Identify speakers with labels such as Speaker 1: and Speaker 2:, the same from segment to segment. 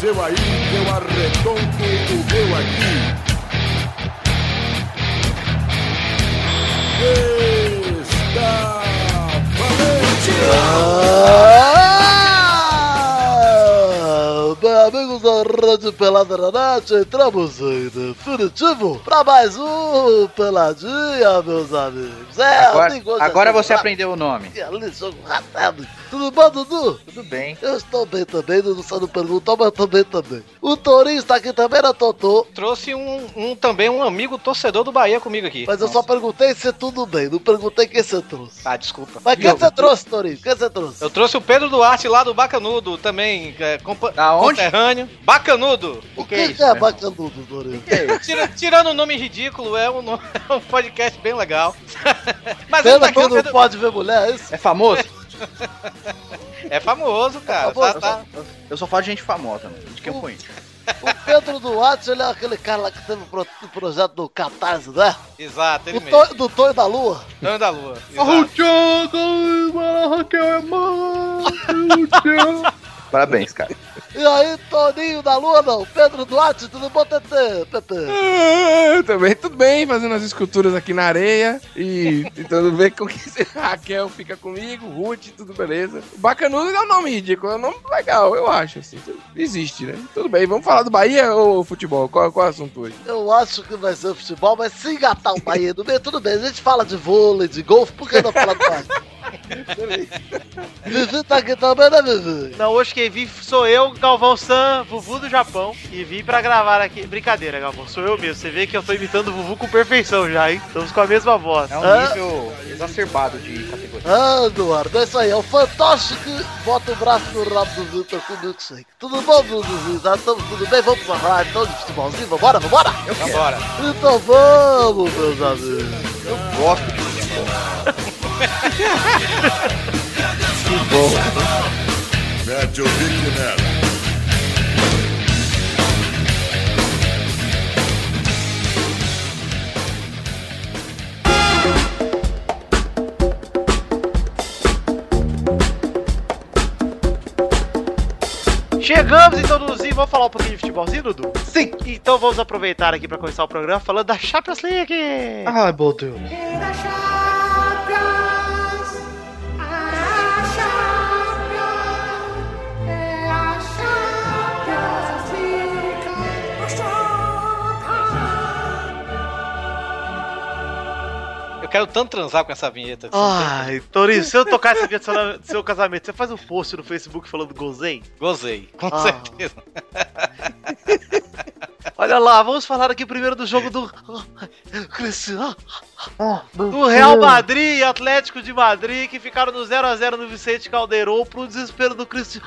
Speaker 1: seu aí, eu arredonto o meu aqui. Está
Speaker 2: Ah, Bem, amigos da Rádio Pelada na Net, entramos em definitivo pra mais um Peladinha, meus amigos. É,
Speaker 3: Agora,
Speaker 2: tem coisa
Speaker 3: agora
Speaker 2: assim,
Speaker 3: você
Speaker 2: sabe?
Speaker 3: aprendeu o nome.
Speaker 2: E ali, jogo rápido. Tudo bom, Dudu?
Speaker 3: Tudo bem.
Speaker 2: Eu estou bem também, Dudu só não perguntou, mas eu tô bem também. O Torinho está aqui também, né, Totô?
Speaker 4: Trouxe um, um- também um amigo torcedor do Bahia comigo aqui.
Speaker 5: é.
Speaker 2: Mas eu só perguntei se tudo bem, não perguntei quem você trouxe.
Speaker 4: Ah, desculpa.
Speaker 2: Mas quem
Speaker 4: Eu-
Speaker 2: você trouxe, Torinho? Quem você trouxe?
Speaker 4: Eu trouxe o Pedro Duarte lá do Bacanudo, também é, compa-
Speaker 3: Da onde?
Speaker 4: conterrâneo. Bacanudo.
Speaker 2: O
Speaker 3: que é
Speaker 2: que,
Speaker 3: isso,
Speaker 2: que é
Speaker 3: meu irmão? é
Speaker 2: bacanudo, Torinho?
Speaker 4: Tira- tirando o nome ridículo, é um, no- é um podcast bem legal. Mas ele
Speaker 2: Pena
Speaker 4: tá aqui,
Speaker 2: que
Speaker 4: o
Speaker 2: não
Speaker 4: Pedro-
Speaker 2: pode ver mulher, é isso?
Speaker 3: É famoso?
Speaker 4: é famoso, cara.
Speaker 2: famoso,
Speaker 4: tá-
Speaker 3: Eu
Speaker 4: tá-
Speaker 3: só, eu só falo de gente famosa, mano. De quem eu conheço.
Speaker 2: O Pedro Duarte, ele é aquele cara lá que teve o pro- o projeto do Catarse, né?
Speaker 4: Exato, ele
Speaker 2: O
Speaker 4: mesmo.
Speaker 2: Tonho- do Tonho da Lua.
Speaker 4: Dono da Lua. exato.
Speaker 3: é Parabéns, cara.
Speaker 2: E aí, Toninho da Lua, não. Pedro Duarte, tudo bom, Tetê? Tetê.
Speaker 6: Ah, também, tudo bem, fazendo as esculturas aqui na areia e tentando ver com que se- Raquel fica comigo, Ruth, tudo beleza. Bacanudo é um nome ridículo, é um nome legal, eu acho, assim, tu- existe, né? Tudo bem, vamos falar do Bahia ou futebol? Qual, qual é o assunto hoje?
Speaker 2: Eu acho que vai ser futebol, mas se engatar o Bahia no meio, tudo bem. A gente fala de vôlei, de golfe, por que não falar do Bahia? Vivi tá aqui também, né, Vivi?
Speaker 5: Não, hoje quem vi sou eu, Galvão San, Vuvu do Japão, e vim pra gravar aqui. Brincadeira, Galvão, sou eu mesmo. Você vê que eu tô imitando o Vuvu com perfeição já, hein? Estamos com a mesma voz.
Speaker 3: É um
Speaker 2: Ah.
Speaker 3: nível exacerbado de categoria.
Speaker 2: Ah, Eduardo, é isso aí. É o fantoche que bota o braço no rabo do Vitor com o milkshake. Tudo bom, Vivi? Tá tamo- tudo bem? Vamos pra falar então de futebolzinho? Vambora, vambora?
Speaker 4: Vambora.
Speaker 2: Então vamos, meus amigos.
Speaker 3: Gosto de futebol.
Speaker 1: Mete o bico nela.
Speaker 5: Chegamos então, Duduzinho, vamos falar um pouquinho de futebolzinho, Dudu?
Speaker 3: Sim.
Speaker 5: Então vamos aproveitar aqui pra começar o programa falando da Champions League.
Speaker 3: Ai, meu Deus.
Speaker 7: Chega Champions, a Champions, é a Champions, as ligas, a Champions.
Speaker 4: Eu quero tanto transar com essa vinheta.
Speaker 5: Ai, Torinho, se eu tocar essa vinheta do seu casamento, você faz um post no Facebook falando gozei?
Speaker 4: Gozei, com
Speaker 2: Ah.
Speaker 4: certeza.
Speaker 5: Olha lá, vamos falar aqui primeiro do jogo do. Cristiano. Do Real Madrid e Atlético de Madrid que ficaram no 0x0 no Vicente Caldeirão pro desespero do Cristiano.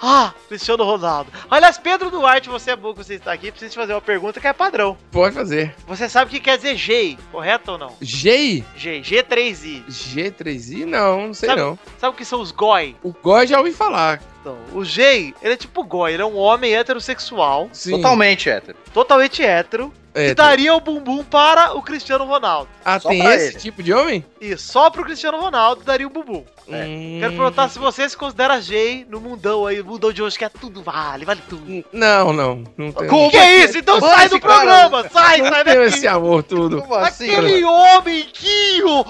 Speaker 5: Ah, Cristiano Ronaldo. Aliás, Pedro Duarte, você é bom que você está aqui. Preciso te fazer uma pergunta que é padrão.
Speaker 6: Pode fazer.
Speaker 5: Você sabe o que quer dizer G, correto ou não?
Speaker 6: G,
Speaker 5: G, G3I.
Speaker 6: G3I? Não, não sei
Speaker 5: Sabe-
Speaker 6: não.
Speaker 5: Sabe o que são os GOI?
Speaker 6: O Goi já ouvi falar.
Speaker 5: Então, o G, ele é tipo GOI, ele é um homem heterossexual,
Speaker 6: Sim.
Speaker 3: Totalmente hétero.
Speaker 5: totalmente hétero,
Speaker 6: É,
Speaker 5: que
Speaker 2: tá
Speaker 5: daria o bumbum para o Cristiano Ronaldo.
Speaker 6: ah,
Speaker 3: só
Speaker 6: tem
Speaker 3: pra
Speaker 6: esse
Speaker 3: ele.
Speaker 6: tipo de homem?
Speaker 5: E só pro Cristiano Ronaldo daria o bumbum.
Speaker 3: É.
Speaker 6: Hum,
Speaker 5: Quero perguntar se você se considera gay no mundão aí, o mundão de hoje que é tudo vale, vale tudo.
Speaker 6: Não, não. Não tem.
Speaker 3: Como
Speaker 5: que é isso? Então
Speaker 3: Mano,
Speaker 5: sai do
Speaker 3: esse cara-
Speaker 5: programa! Sai,
Speaker 6: Não
Speaker 5: sai
Speaker 6: tem
Speaker 5: daqui!
Speaker 6: esse amor tudo.
Speaker 3: Como
Speaker 5: Aquele homem que o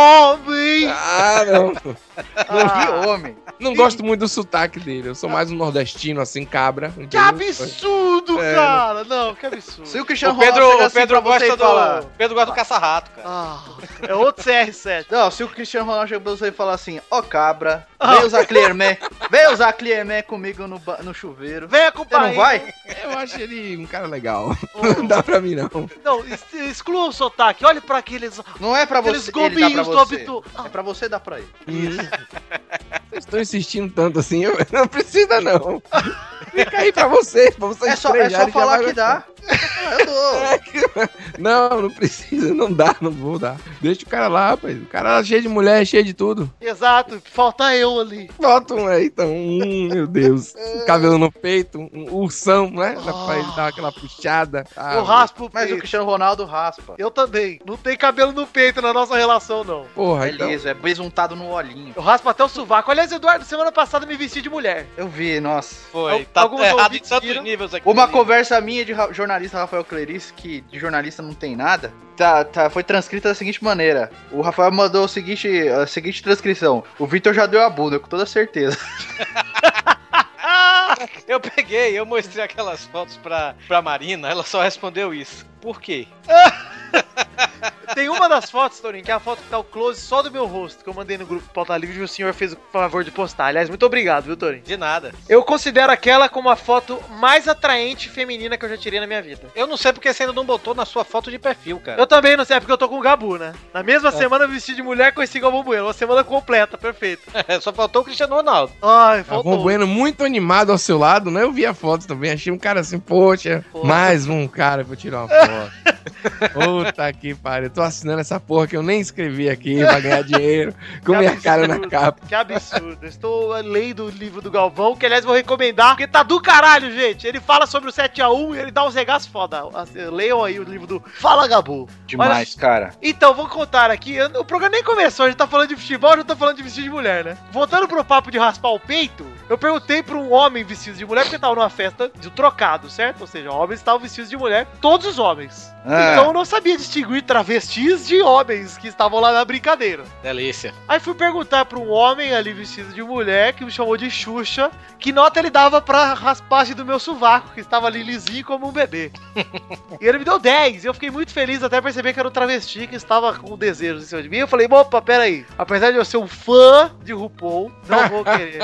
Speaker 5: homem! Ah,
Speaker 6: Ah, não.
Speaker 3: Que homem.
Speaker 6: Não gosto muito do sotaque dele. Eu sou mais um nordestino, assim, cabra.
Speaker 5: Que absurdo,
Speaker 6: É.
Speaker 5: cara! Não, que absurdo.
Speaker 3: Se o Cristiano
Speaker 4: O Pedro,
Speaker 3: Ronaldo
Speaker 4: o Pedro gosta do.
Speaker 3: assim falar...
Speaker 4: Pedro gosta do caça-rato, cara.
Speaker 5: Ah, é outro CR7.
Speaker 3: Não, se o Cristiano Ronaldo chega pra você e falar assim, ó cabra, vem usar Clearman, vem usar Clearman comigo no, ba- no chuveiro.
Speaker 5: Vem
Speaker 3: Você
Speaker 5: acompanhar.
Speaker 3: não vai?
Speaker 6: Eu acho ele um cara legal. Não dá pra mim, não.
Speaker 5: Não, ex- exclua o sotaque. Olhe pra aqueles,
Speaker 3: Não é pra
Speaker 5: aqueles
Speaker 3: você, ele dá pra
Speaker 5: gominhos do
Speaker 3: você.
Speaker 5: habitu.
Speaker 3: É pra você dar pra ele.
Speaker 6: Vocês estão insistindo tanto assim, eu- não precisa, não. Fica aí pra vocês, pra vocês
Speaker 3: É só, é
Speaker 6: trejarem,
Speaker 3: só
Speaker 6: já
Speaker 3: falar
Speaker 6: vai
Speaker 3: que dá. Eu dou.
Speaker 6: gostar. Não, não precisa, não dá, não vou dar. Deixa o cara lá, rapaz. O cara lá cheio de mulher, cheio de tudo.
Speaker 5: Exato, falta eu ali.
Speaker 6: Bota um aí, então. Hum, meu Deus.
Speaker 5: É.
Speaker 6: Um cabelo no peito, um ursão, né? Dá pra ele dar aquela puxada. Ah,
Speaker 5: eu raspo Ah. o
Speaker 3: Mas o
Speaker 5: peito.
Speaker 3: Cristiano Ronaldo raspa.
Speaker 5: Eu também. Não tem cabelo no peito na nossa relação, não.
Speaker 6: Porra,
Speaker 3: É
Speaker 6: então.
Speaker 3: liso, é besuntado no olhinho.
Speaker 5: Eu raspo até o sovaco. Aliás, Eduardo, semana passada eu me vesti de mulher.
Speaker 3: Eu vi, nossa.
Speaker 4: Foi.
Speaker 5: Al-
Speaker 4: Tá
Speaker 5: alguns
Speaker 4: errado em
Speaker 5: ouvintes
Speaker 4: tantos
Speaker 5: viram.
Speaker 4: níveis aqui.
Speaker 3: Uma conversa minha de ra- jornalista Rafael Clerice, que de jornalista não tem nada, tá, tá, foi transcrita da seguinte maneira. O Rafael mandou o seguinte, a seguinte transcrição. O Vitor já deu a bunda, com toda certeza.
Speaker 4: Eu peguei, eu mostrei aquelas fotos pra, pra Marina, ela só respondeu isso. Por quê?
Speaker 5: Tem uma das fotos, Torinho, que é a foto que tá o close só do meu rosto, que eu mandei no grupo Pauta Livre e o senhor fez o favor de postar. Aliás, muito obrigado, viu, Torinho?
Speaker 4: De nada.
Speaker 5: Eu considero aquela como a foto mais atraente feminina que eu já tirei na minha vida.
Speaker 4: Eu não sei porque você ainda não botou na sua foto de perfil, cara.
Speaker 5: Eu também não sei, é porque eu tô com o Gabu, né? Na mesma semana eu vesti de mulher com esse Galvão Bueno. Uma semana completa, perfeito.
Speaker 4: Só faltou o Cristiano Ronaldo.
Speaker 5: Ai,
Speaker 6: Galvão
Speaker 5: faltou.
Speaker 6: Bueno tá muito animado ao seu lado, né? Eu vi a foto também, achei um cara assim, poxa,
Speaker 5: Porra.
Speaker 6: mais um cara pra eu tirar uma foto. Puta que pariu, eu tô assinando essa porra que eu nem escrevi aqui pra ganhar dinheiro, com
Speaker 5: Que
Speaker 6: minha cara na
Speaker 5: absurdo,
Speaker 6: capa.
Speaker 5: Que absurdo. Eu Estou lendo o livro do Galvão, que aliás vou recomendar, porque tá do caralho, gente. Ele fala sobre o 7x1 e ele dá uns regaços foda. Assim, Leiam aí o livro do.
Speaker 2: Fala, Gabu.
Speaker 3: Demais, cara.
Speaker 5: Então, vou contar aqui. eu- O programa nem começou, a gente tá falando de futebol, já tá falando de vestido de mulher, né? Voltando pro papo de raspar o peito, eu perguntei pra um homem vestido de mulher, porque tava numa festa de trocado, certo? Ou seja, homens estavam vestidos de mulher, todos os homens.
Speaker 3: Ah.
Speaker 5: Então eu não sabia distinguir travestis de homens que estavam lá na brincadeira.
Speaker 4: Delícia.
Speaker 5: Aí fui perguntar pra um homem ali vestido de mulher, que me chamou de Xuxa, que nota ele dava pra raspagem do meu sovaco, que estava ali lisinho como um bebê. e ele me deu 10. e Eu fiquei muito feliz até perceber que era um travesti que estava com desejos em cima de mim. Eu falei, opa, peraí. Apesar de eu ser um fã de RuPaul, não vou querer.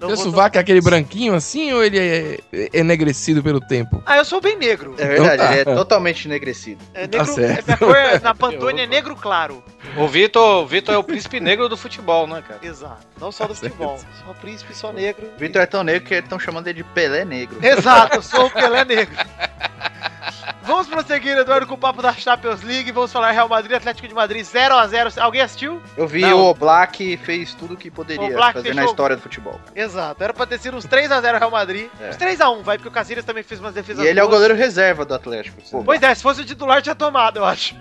Speaker 5: Não
Speaker 6: Seu
Speaker 5: vou
Speaker 6: sovaco é aquele branquinho assim ou ele é é enegrecido pelo tempo?
Speaker 5: Ah, eu sou bem negro.
Speaker 3: É verdade,
Speaker 6: Então tá.
Speaker 3: ele é totalmente enegrecido.
Speaker 5: É
Speaker 6: Tá
Speaker 5: negro.
Speaker 6: certo.
Speaker 5: minha cor é- na Pantone é negro claro.
Speaker 4: O Vitor, o Vitor é o príncipe negro do futebol, né, cara?
Speaker 5: Exato. Não só
Speaker 6: Tá
Speaker 5: do futebol. Só príncipe, só negro.
Speaker 3: O Vitor é tão negro que estão chamando ele de Pelé Negro.
Speaker 5: Exato, eu sou o Pelé Negro. Vamos prosseguir, Eduardo, com o papo da Champions League. Vamos falar Real Madrid, Atlético de Madrid 0x0. Alguém assistiu?
Speaker 3: Eu vi
Speaker 5: Não.
Speaker 3: o Oblak fez tudo o que poderia
Speaker 5: Oblak
Speaker 3: fazer
Speaker 5: fez
Speaker 3: na
Speaker 5: jogo.
Speaker 3: história do futebol.
Speaker 5: Exato, era pra ter sido uns 3x0 Real Madrid.
Speaker 3: É.
Speaker 5: Uns 3x1, vai, porque o Casillas também fez umas defesas
Speaker 3: E ele é o
Speaker 5: boas.
Speaker 3: goleiro reserva do Atlético. Pô,
Speaker 5: Pois é, se fosse o titular tinha tomado, eu acho.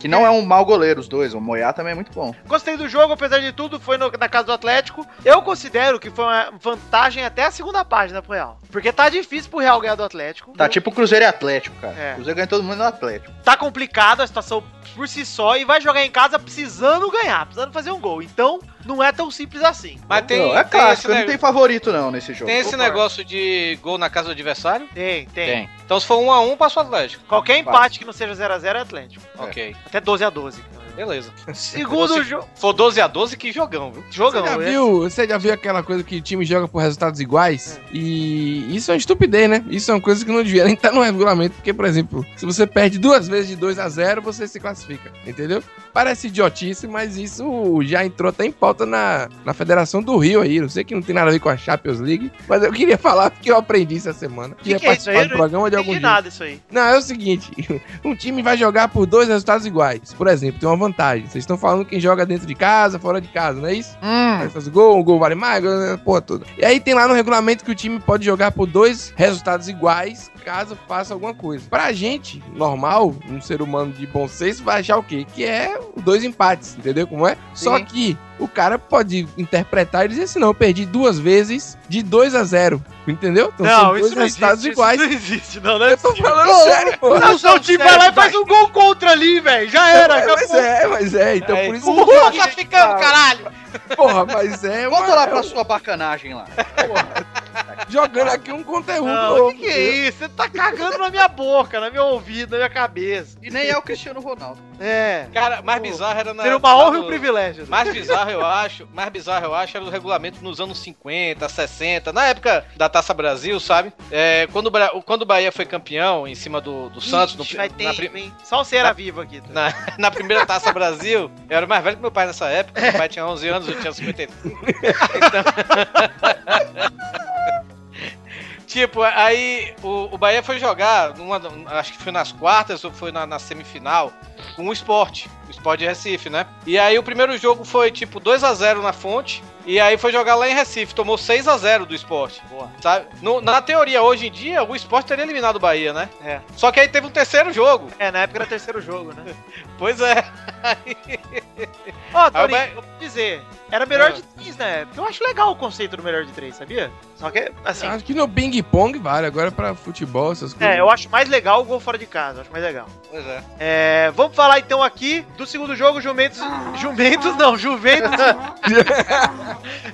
Speaker 3: Que não é um mau goleiro, os dois. O Moyá também é muito bom.
Speaker 5: Gostei do jogo, apesar de tudo, foi no- na casa do Atlético. Eu considero que foi uma vantagem até a segunda página pro Real. Porque tá difícil pro Real ganhar do Atlético.
Speaker 3: Tá tipo Cruzeiro e Atlético, cara.
Speaker 5: É.
Speaker 3: Cruzeiro ganha todo mundo no Atlético.
Speaker 5: tá complicada a situação por si só e vai jogar em casa precisando ganhar, precisando fazer um gol. Então, não é tão simples assim.
Speaker 4: Mas tem,
Speaker 3: não, é
Speaker 4: tem
Speaker 3: clássico,
Speaker 4: esse,
Speaker 3: não
Speaker 4: ne-
Speaker 3: tem favorito não nesse jogo.
Speaker 4: tem esse
Speaker 5: Concordo.
Speaker 4: negócio de gol na casa do adversário?
Speaker 5: Tem, tem.
Speaker 4: Então se for um a um, passa o Atlético.
Speaker 5: Qualquer empate que não seja 0x0 é Atlético.
Speaker 3: É.
Speaker 4: Ok,
Speaker 5: Até 12x12.
Speaker 4: beleza.
Speaker 5: Segundo
Speaker 4: Se-
Speaker 5: jogo.
Speaker 4: For 12 a 12, que jogão, viu?
Speaker 5: Jogão,
Speaker 6: Você já,
Speaker 5: né?
Speaker 6: viu, você já viu aquela coisa que o time joga por resultados iguais? E isso é uma estupidez, né? Isso é uma coisa que não devia nem estar no regulamento, porque, por exemplo, se você perde duas vezes de 2 a 0 você se classifica, entendeu? Parece idiotice, mas isso já entrou até em pauta na, na Federação do Rio aí. Eu sei que não tem nada a ver com a Champions League, mas eu queria falar porque eu aprendi essa semana. Que, ia
Speaker 5: que é isso aí?
Speaker 6: participar
Speaker 5: Eu
Speaker 6: do
Speaker 5: não
Speaker 6: programa de
Speaker 5: Não
Speaker 6: algum
Speaker 5: entendi
Speaker 6: dia.
Speaker 5: nada isso aí.
Speaker 6: Não, é o seguinte: um time vai jogar por dois resultados iguais. Por exemplo, tem uma vantagem. Vocês estão falando quem joga dentro de casa, fora de casa, não é isso?
Speaker 3: Hum.
Speaker 6: Aí faz o gol, o gol vale mais, gol, né, porra toda. E aí tem lá no regulamento que o time pode jogar por dois resultados iguais caso faça alguma coisa. Pra gente, normal, um ser humano de bom senso vai achar o quê? Que é dois empates, entendeu como é? Só
Speaker 3: Sim.
Speaker 6: que o cara pode interpretar e dizer assim, não, eu perdi duas vezes de 2 a 0 entendeu? Então
Speaker 5: não,
Speaker 6: são dois
Speaker 5: isso não existe.
Speaker 6: resultados iguais.
Speaker 5: Isso não existe, não, né?
Speaker 6: Eu tô falando sério, pô.
Speaker 5: Não, o seu time vai lá e faz um gol contra ali, velho. Já era,
Speaker 6: É, mas
Speaker 5: acabou.
Speaker 6: é, mas é, então
Speaker 4: É,
Speaker 6: por isso
Speaker 5: O Rua classificando, caralho.
Speaker 6: que, porra, mas é,
Speaker 3: Volta
Speaker 6: uma-
Speaker 3: lá
Speaker 6: é
Speaker 3: pra sua bacanagem lá.
Speaker 6: um- jogando aqui um conteúdo
Speaker 5: Não, o
Speaker 6: novo.
Speaker 5: que, que é isso? Você tá cagando na minha boca, na minha ouvido, na minha cabeça.
Speaker 3: E nem é o Cristiano Ronaldo.
Speaker 5: É.
Speaker 4: Cara, mais bizarro era na.
Speaker 5: Seria uma honra e um
Speaker 4: no-
Speaker 5: privilégio. né?
Speaker 4: Mais bizarro, eu acho. Mais bizarro, eu acho, era o regulamento nos anos 50, 60, na época da Taça Brasil, sabe? É, quando, o Bra- quando o Bahia foi campeão em cima do, do Santos, no,
Speaker 5: Ixi, vai ter,
Speaker 4: na, pri-
Speaker 5: hein? Só o Cera vivo aqui. tá?
Speaker 4: na, na primeira Taça Brasil, eu era mais velho que meu pai nessa época. Meu pai tinha 11 anos, eu tinha 55. Então... Tipo, aí o, o Bahia foi jogar, numa- acho que foi nas quartas ou foi na, na semifinal, com o Sport, o Sport de Recife, né? E aí o primeiro jogo foi tipo 2 a 0 na fonte, e aí foi jogar lá em Recife, tomou 6 a 0 do Sport. Sabe? No- na teoria, hoje em dia, o Sport teria eliminado o Bahia, né?
Speaker 5: É.
Speaker 4: Só que aí teve um terceiro jogo.
Speaker 5: É, na época era terceiro jogo, né?
Speaker 4: Pois é.
Speaker 5: Ó,
Speaker 4: Aí o
Speaker 5: Torinho,
Speaker 4: Bahia-
Speaker 5: vou te dizer, era melhor
Speaker 4: Ah.
Speaker 5: de três na época. Eu acho legal o conceito do melhor de três, sabia? Só que, assim,
Speaker 4: Ah,
Speaker 6: Acho que no Bing Pong vale, agora é pra futebol, essas coisas.
Speaker 5: é, eu acho mais legal o gol fora de casa, eu acho mais legal.
Speaker 4: Pois é.
Speaker 5: É, vamos falar então aqui do segundo jogo, Juventus. Juventus não, Juventus.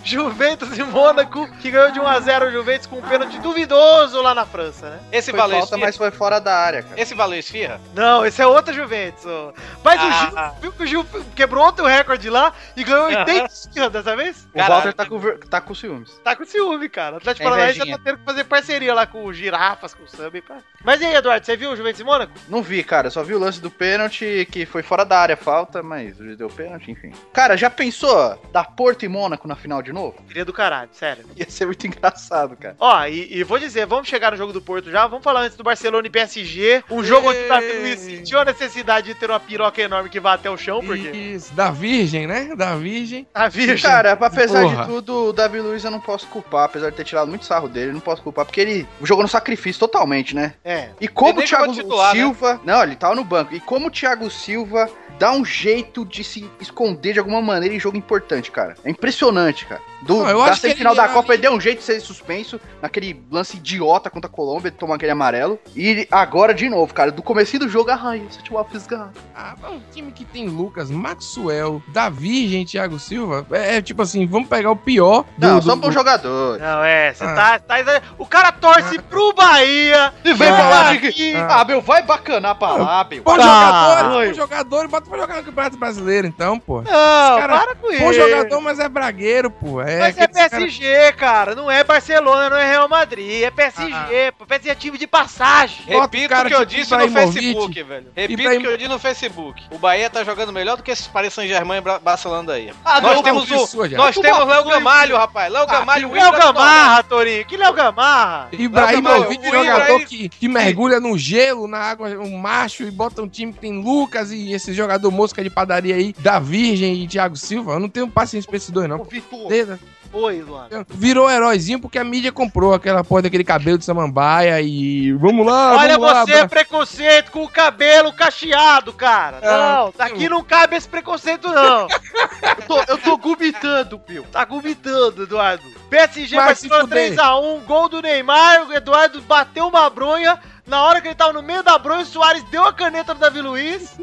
Speaker 5: Juventus e Mônaco, que ganhou de 1x0 o Juventus com um pênalti duvidoso lá na França, né?
Speaker 4: Esse
Speaker 3: Foi
Speaker 4: valeu
Speaker 3: falta,
Speaker 4: esfirra.
Speaker 3: mas foi fora da área, cara.
Speaker 4: Esse valeu esfirra?
Speaker 5: Não, esse é outra Juventus. ô. Mas
Speaker 4: Ah.
Speaker 5: o Gil, viu que o Gil quebrou ontem o recorde lá e ganhou
Speaker 4: Aham.
Speaker 5: 80 esquerda dessa vez?
Speaker 3: O
Speaker 4: Caralho.
Speaker 3: Walter tá com, ver- tá com ciúmes.
Speaker 5: Tá com ciúme, cara. O Atlético
Speaker 3: É
Speaker 5: Paranaense já
Speaker 3: invejinha.
Speaker 5: tá tendo que fazer parceria lá com o Girafas, com o Samba e pá. Mas e aí, Eduardo, você viu o Juventus e Mônaco?
Speaker 3: Não vi, cara. Só vi o lance do pênalti, que foi fora da área, falta, mas ele deu pênalti, enfim. Cara, já pensou dar Porto e Mônaco na final de novo?
Speaker 5: Queria do caralho, sério.
Speaker 3: Ia ser muito engraçado, cara.
Speaker 5: Ó, e, e vou dizer, vamos chegar no jogo do Porto já, vamos falar antes do Barcelona e PSG, um jogo onde o Davi Luiz sentiu a necessidade de ter uma piroca enorme que vai até o chão, porque
Speaker 6: Isso, da Virgem, né? Da Virgem.
Speaker 5: a virgem...
Speaker 3: Cara, apesar de
Speaker 6: Porra.
Speaker 3: tudo, o Davi Luiz eu não posso culpar, apesar de ter tirado muito sarro dele, eu não posso culpar, porque ele jogou no sacrifício totalmente, né?
Speaker 5: É,
Speaker 3: E como o
Speaker 4: Ele nem jogou
Speaker 3: Thiago
Speaker 4: titular, né?
Speaker 3: Silva. Não, ele tava no banco. E como o Thiago Silva dá um jeito de se esconder de alguma maneira em jogo importante, cara. É impressionante, cara. Do,
Speaker 6: Não, eu
Speaker 3: da
Speaker 6: acho que ele
Speaker 3: semifinal da
Speaker 6: era
Speaker 3: Copa, ele deu um jeito de ser suspenso naquele lance idiota contra a Colômbia, de tomar aquele amarelo. E agora, de novo, cara, do comecinho do jogo, ai, essa tipo fisgada.
Speaker 6: Ah, mas um time que tem Lucas, Maxwell, da Virgem, Thiago Silva. É, é tipo assim, vamos pegar o pior. do-
Speaker 3: Não,
Speaker 6: do-
Speaker 3: só um bom jogador.
Speaker 5: não, é, você
Speaker 6: Ah.
Speaker 5: tá, tá exa- O cara torce pro Bahia,
Speaker 3: E vem
Speaker 6: Ah,
Speaker 3: falar de que.
Speaker 6: ah.
Speaker 3: Ah, meu, vai bacanar pra lá, meu.
Speaker 6: Bom
Speaker 5: Tá.
Speaker 6: jogador, bom jogador, bota pra jogar no Campeonato Brasileiro, então, pô.
Speaker 5: Não,
Speaker 6: Cara,
Speaker 5: para com isso.
Speaker 6: Bom jogador, mas é bragueiro, pô. É,
Speaker 5: Mas é
Speaker 6: aqueles caras-
Speaker 5: PSG, cara. Não é Barcelona, não é Real Madrid. É
Speaker 6: Ah,
Speaker 5: PSG. pô. PSG é time de passagem.
Speaker 6: Bota o
Speaker 4: Repito o
Speaker 6: cara
Speaker 4: que eu
Speaker 6: tipo
Speaker 4: disse no
Speaker 6: Ibrahimovic.
Speaker 4: Facebook, velho. Repito o
Speaker 6: Ibrahim-
Speaker 4: que eu disse no Facebook. O Bahia tá jogando melhor do que esses Paris Saint-Germain e Bra- Barcelona aí.
Speaker 5: Ah,
Speaker 4: nós
Speaker 6: não,
Speaker 4: temos
Speaker 6: não,
Speaker 4: o,
Speaker 6: isso, já.
Speaker 4: nós
Speaker 6: Tu
Speaker 4: temos
Speaker 6: botou
Speaker 4: Léo
Speaker 6: isso.
Speaker 4: Gamalho, rapaz. Léo Gamalho,
Speaker 5: Ah, Léo
Speaker 4: ídolo da
Speaker 5: Gamarra, Torinho. Que Léo Gamarra? tá
Speaker 6: Ibrahimovic,
Speaker 4: Não, não, o
Speaker 6: jogador
Speaker 4: Ibrahim-
Speaker 6: que, que mergulha no gelo, na água, um macho, e bota um time que tem Lucas e esse jogador mosca de padaria aí, da Virgem e Thiago Silva. Eu não tenho paciência pra esses dois, não.
Speaker 5: Vitor.
Speaker 6: Certeza.
Speaker 5: Oi, Luan.
Speaker 6: Virou heróizinho porque a mídia comprou aquela porra daquele cabelo de samambaia e. Vamos lá,
Speaker 5: Olha
Speaker 6: vamos
Speaker 5: você,
Speaker 6: lá.
Speaker 5: preconceito com o cabelo cacheado, cara.
Speaker 6: Ah,
Speaker 5: Não, daqui não cabe esse preconceito, não. eu, tô, eu tô gubitando, Pio. Tá gubitando, Eduardo. PSG
Speaker 6: Vai se
Speaker 5: Barcelona
Speaker 6: fuder.
Speaker 5: 3x1, gol do Neymar. O Eduardo bateu uma bronha. Na hora que ele tava no meio da bronha, o Soares deu a caneta no Davi Luiz,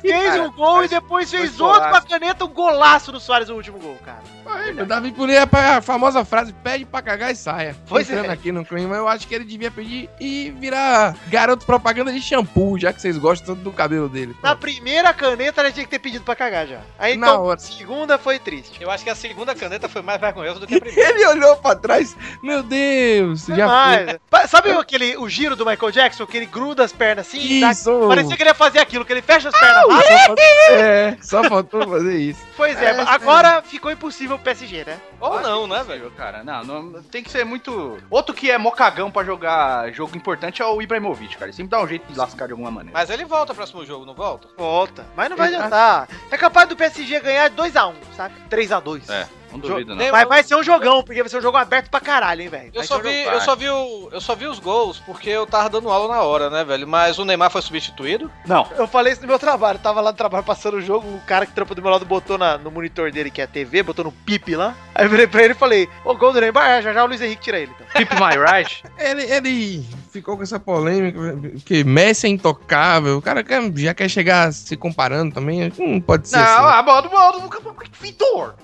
Speaker 5: fez
Speaker 3: Cara,
Speaker 5: um gol e
Speaker 3: mas
Speaker 5: depois
Speaker 3: foi
Speaker 5: fez outro com a
Speaker 3: golaço.
Speaker 5: caneta, um golaço no Soares no último gol, cara.
Speaker 6: O Davi Pulia, a famosa frase, pede pra cagar e saia.
Speaker 5: Pois
Speaker 6: Entrando
Speaker 5: é.
Speaker 6: aqui no clima, eu acho que ele devia pedir e virar garoto propaganda de shampoo, já que vocês gostam tanto do cabelo dele.
Speaker 5: Na primeira caneta, ele tinha que ter pedido pra cagar já. Aí,
Speaker 6: Na
Speaker 5: então,
Speaker 6: hora.
Speaker 5: segunda foi triste.
Speaker 4: Eu acho que a segunda caneta foi mais vergonhosa do que a primeira.
Speaker 6: Ele olhou pra trás, meu Deus,
Speaker 3: é
Speaker 6: já foi.
Speaker 3: Tá
Speaker 5: Mas, pa- Sabe aquele, o giro do Michael Jackson? Que ele gruda as pernas assim? e dá-
Speaker 6: Isso!
Speaker 5: Parecia que ele ia fazer aquilo, que ele fecha as pernas.
Speaker 6: Só
Speaker 5: rápido.
Speaker 6: faltou- é, só faltou fazer isso.
Speaker 5: pois é,
Speaker 3: É,
Speaker 5: mas
Speaker 3: sim.
Speaker 5: agora ficou impossível o PSG, né?
Speaker 4: Ou não, né, velho?
Speaker 3: Cara, não, não- tem que ser muito. Outro que é mocagão pra jogar jogo importante é o Ibrahimovic, cara. Ele sempre dá um jeito de lascar de alguma maneira.
Speaker 4: Mas ele volta próximo jogo, não volta?
Speaker 5: Volta. Mas não vai
Speaker 6: Ele tá-
Speaker 5: adiantar. É capaz do PSG ganhar 2x1, sabe? 3x2.
Speaker 3: É. Não duvido, não.
Speaker 4: Nem-
Speaker 5: Mas vai ser um jogão, porque vai ser um jogo aberto pra caralho, hein, velho?
Speaker 4: Eu
Speaker 5: Vai
Speaker 4: só,
Speaker 5: ser um
Speaker 4: vi,
Speaker 5: jogo-
Speaker 4: eu, só vi o- eu só vi os gols porque eu tava dando aula na hora, né, velho? Mas o Neymar foi substituído.
Speaker 3: Não.
Speaker 5: Eu falei isso no meu trabalho. Eu tava lá no trabalho passando o jogo. O cara que trampa do meu lado botou na- no monitor dele, que é a TV, botou no pipe lá. Aí eu virei pra ele e falei: Ô, gol do Neymar, é, já já o Luiz Henrique tira ele. Então.
Speaker 3: Keep my right.
Speaker 6: Ele, ele ficou com essa polêmica, que Messi é intocável, o cara quer- já quer chegar se comparando também, não pode ser
Speaker 3: não,
Speaker 6: assim.
Speaker 3: a bola do bola do Vitor.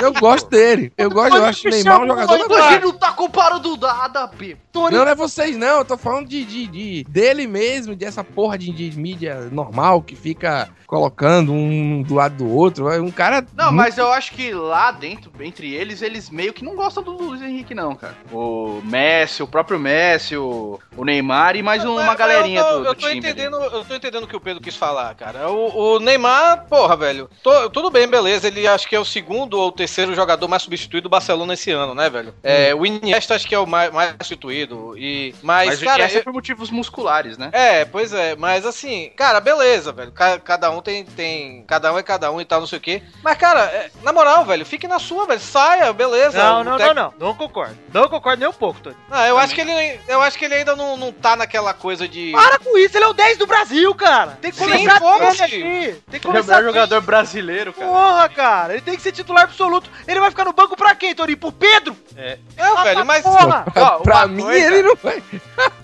Speaker 6: Eu gosto dele, eu gosto, eu acho o Neymar um jogador da
Speaker 3: Imagina não tá comparando o Dada, P.
Speaker 6: Não, não é vocês, não. Eu tô falando de, de- de- dele mesmo, dessa porra de, de mídia normal que fica colocando um do lado do outro. é Um cara.
Speaker 3: Não,
Speaker 6: muito-
Speaker 3: mas eu acho que lá dentro, entre eles, eles meio que não gostam do Luiz Henrique, não, cara. O Messi, o próprio Messi, o, o Neymar e mais uma
Speaker 4: Mas- mas
Speaker 3: galerinha
Speaker 4: eu tô,
Speaker 3: do, do
Speaker 4: eu tô
Speaker 3: time. ali.
Speaker 4: entendendo, Eu tô entendendo o que o Pedro quis falar, cara. O, o Neymar, porra, velho. tô- tudo bem, beleza. Ele acho que é o segundo
Speaker 3: Hum.
Speaker 4: ou terceiro jogador mais substituído do Barcelona esse ano, né, velho? É, o Iniesta acho que é o mais, mais substituído. sentido. E, mas,
Speaker 3: Mas
Speaker 4: cara,
Speaker 3: é
Speaker 4: eu-
Speaker 3: sempre por motivos musculares, né?
Speaker 4: é, pois é, mas assim, cara, beleza, velho. ca- Cada um tem, tem. Cada um é cada um e tal, não sei o quê. Mas, cara, é- na moral, velho, fique na sua, velho. Saia, beleza.
Speaker 5: Não,
Speaker 4: o
Speaker 5: não, não,
Speaker 4: técnico-
Speaker 5: não. Não concordo. Não concordo nem um pouco, Tony.
Speaker 4: Ah, eu acho que ele. Eu acho que ele ainda não, não tá naquela coisa de.
Speaker 5: Para com isso, ele é o 10 do Brasil, cara. Tem que
Speaker 4: Sim,
Speaker 5: começar
Speaker 4: foda-se.
Speaker 5: dele aqui. Tem que
Speaker 3: Ele é o
Speaker 5: começar
Speaker 3: melhor
Speaker 5: dele.
Speaker 3: jogador brasileiro, cara.
Speaker 5: Porra, cara. Ele tem que ser titular absoluto. Ele vai ficar no banco pra quem, Tony? Pro Pedro?
Speaker 4: É,
Speaker 5: Ah,
Speaker 4: velho,
Speaker 5: pra
Speaker 4: mas.
Speaker 5: Porra.
Speaker 3: Ó,
Speaker 6: pra
Speaker 3: uma
Speaker 6: mim,
Speaker 3: coisa-
Speaker 6: ele não vai.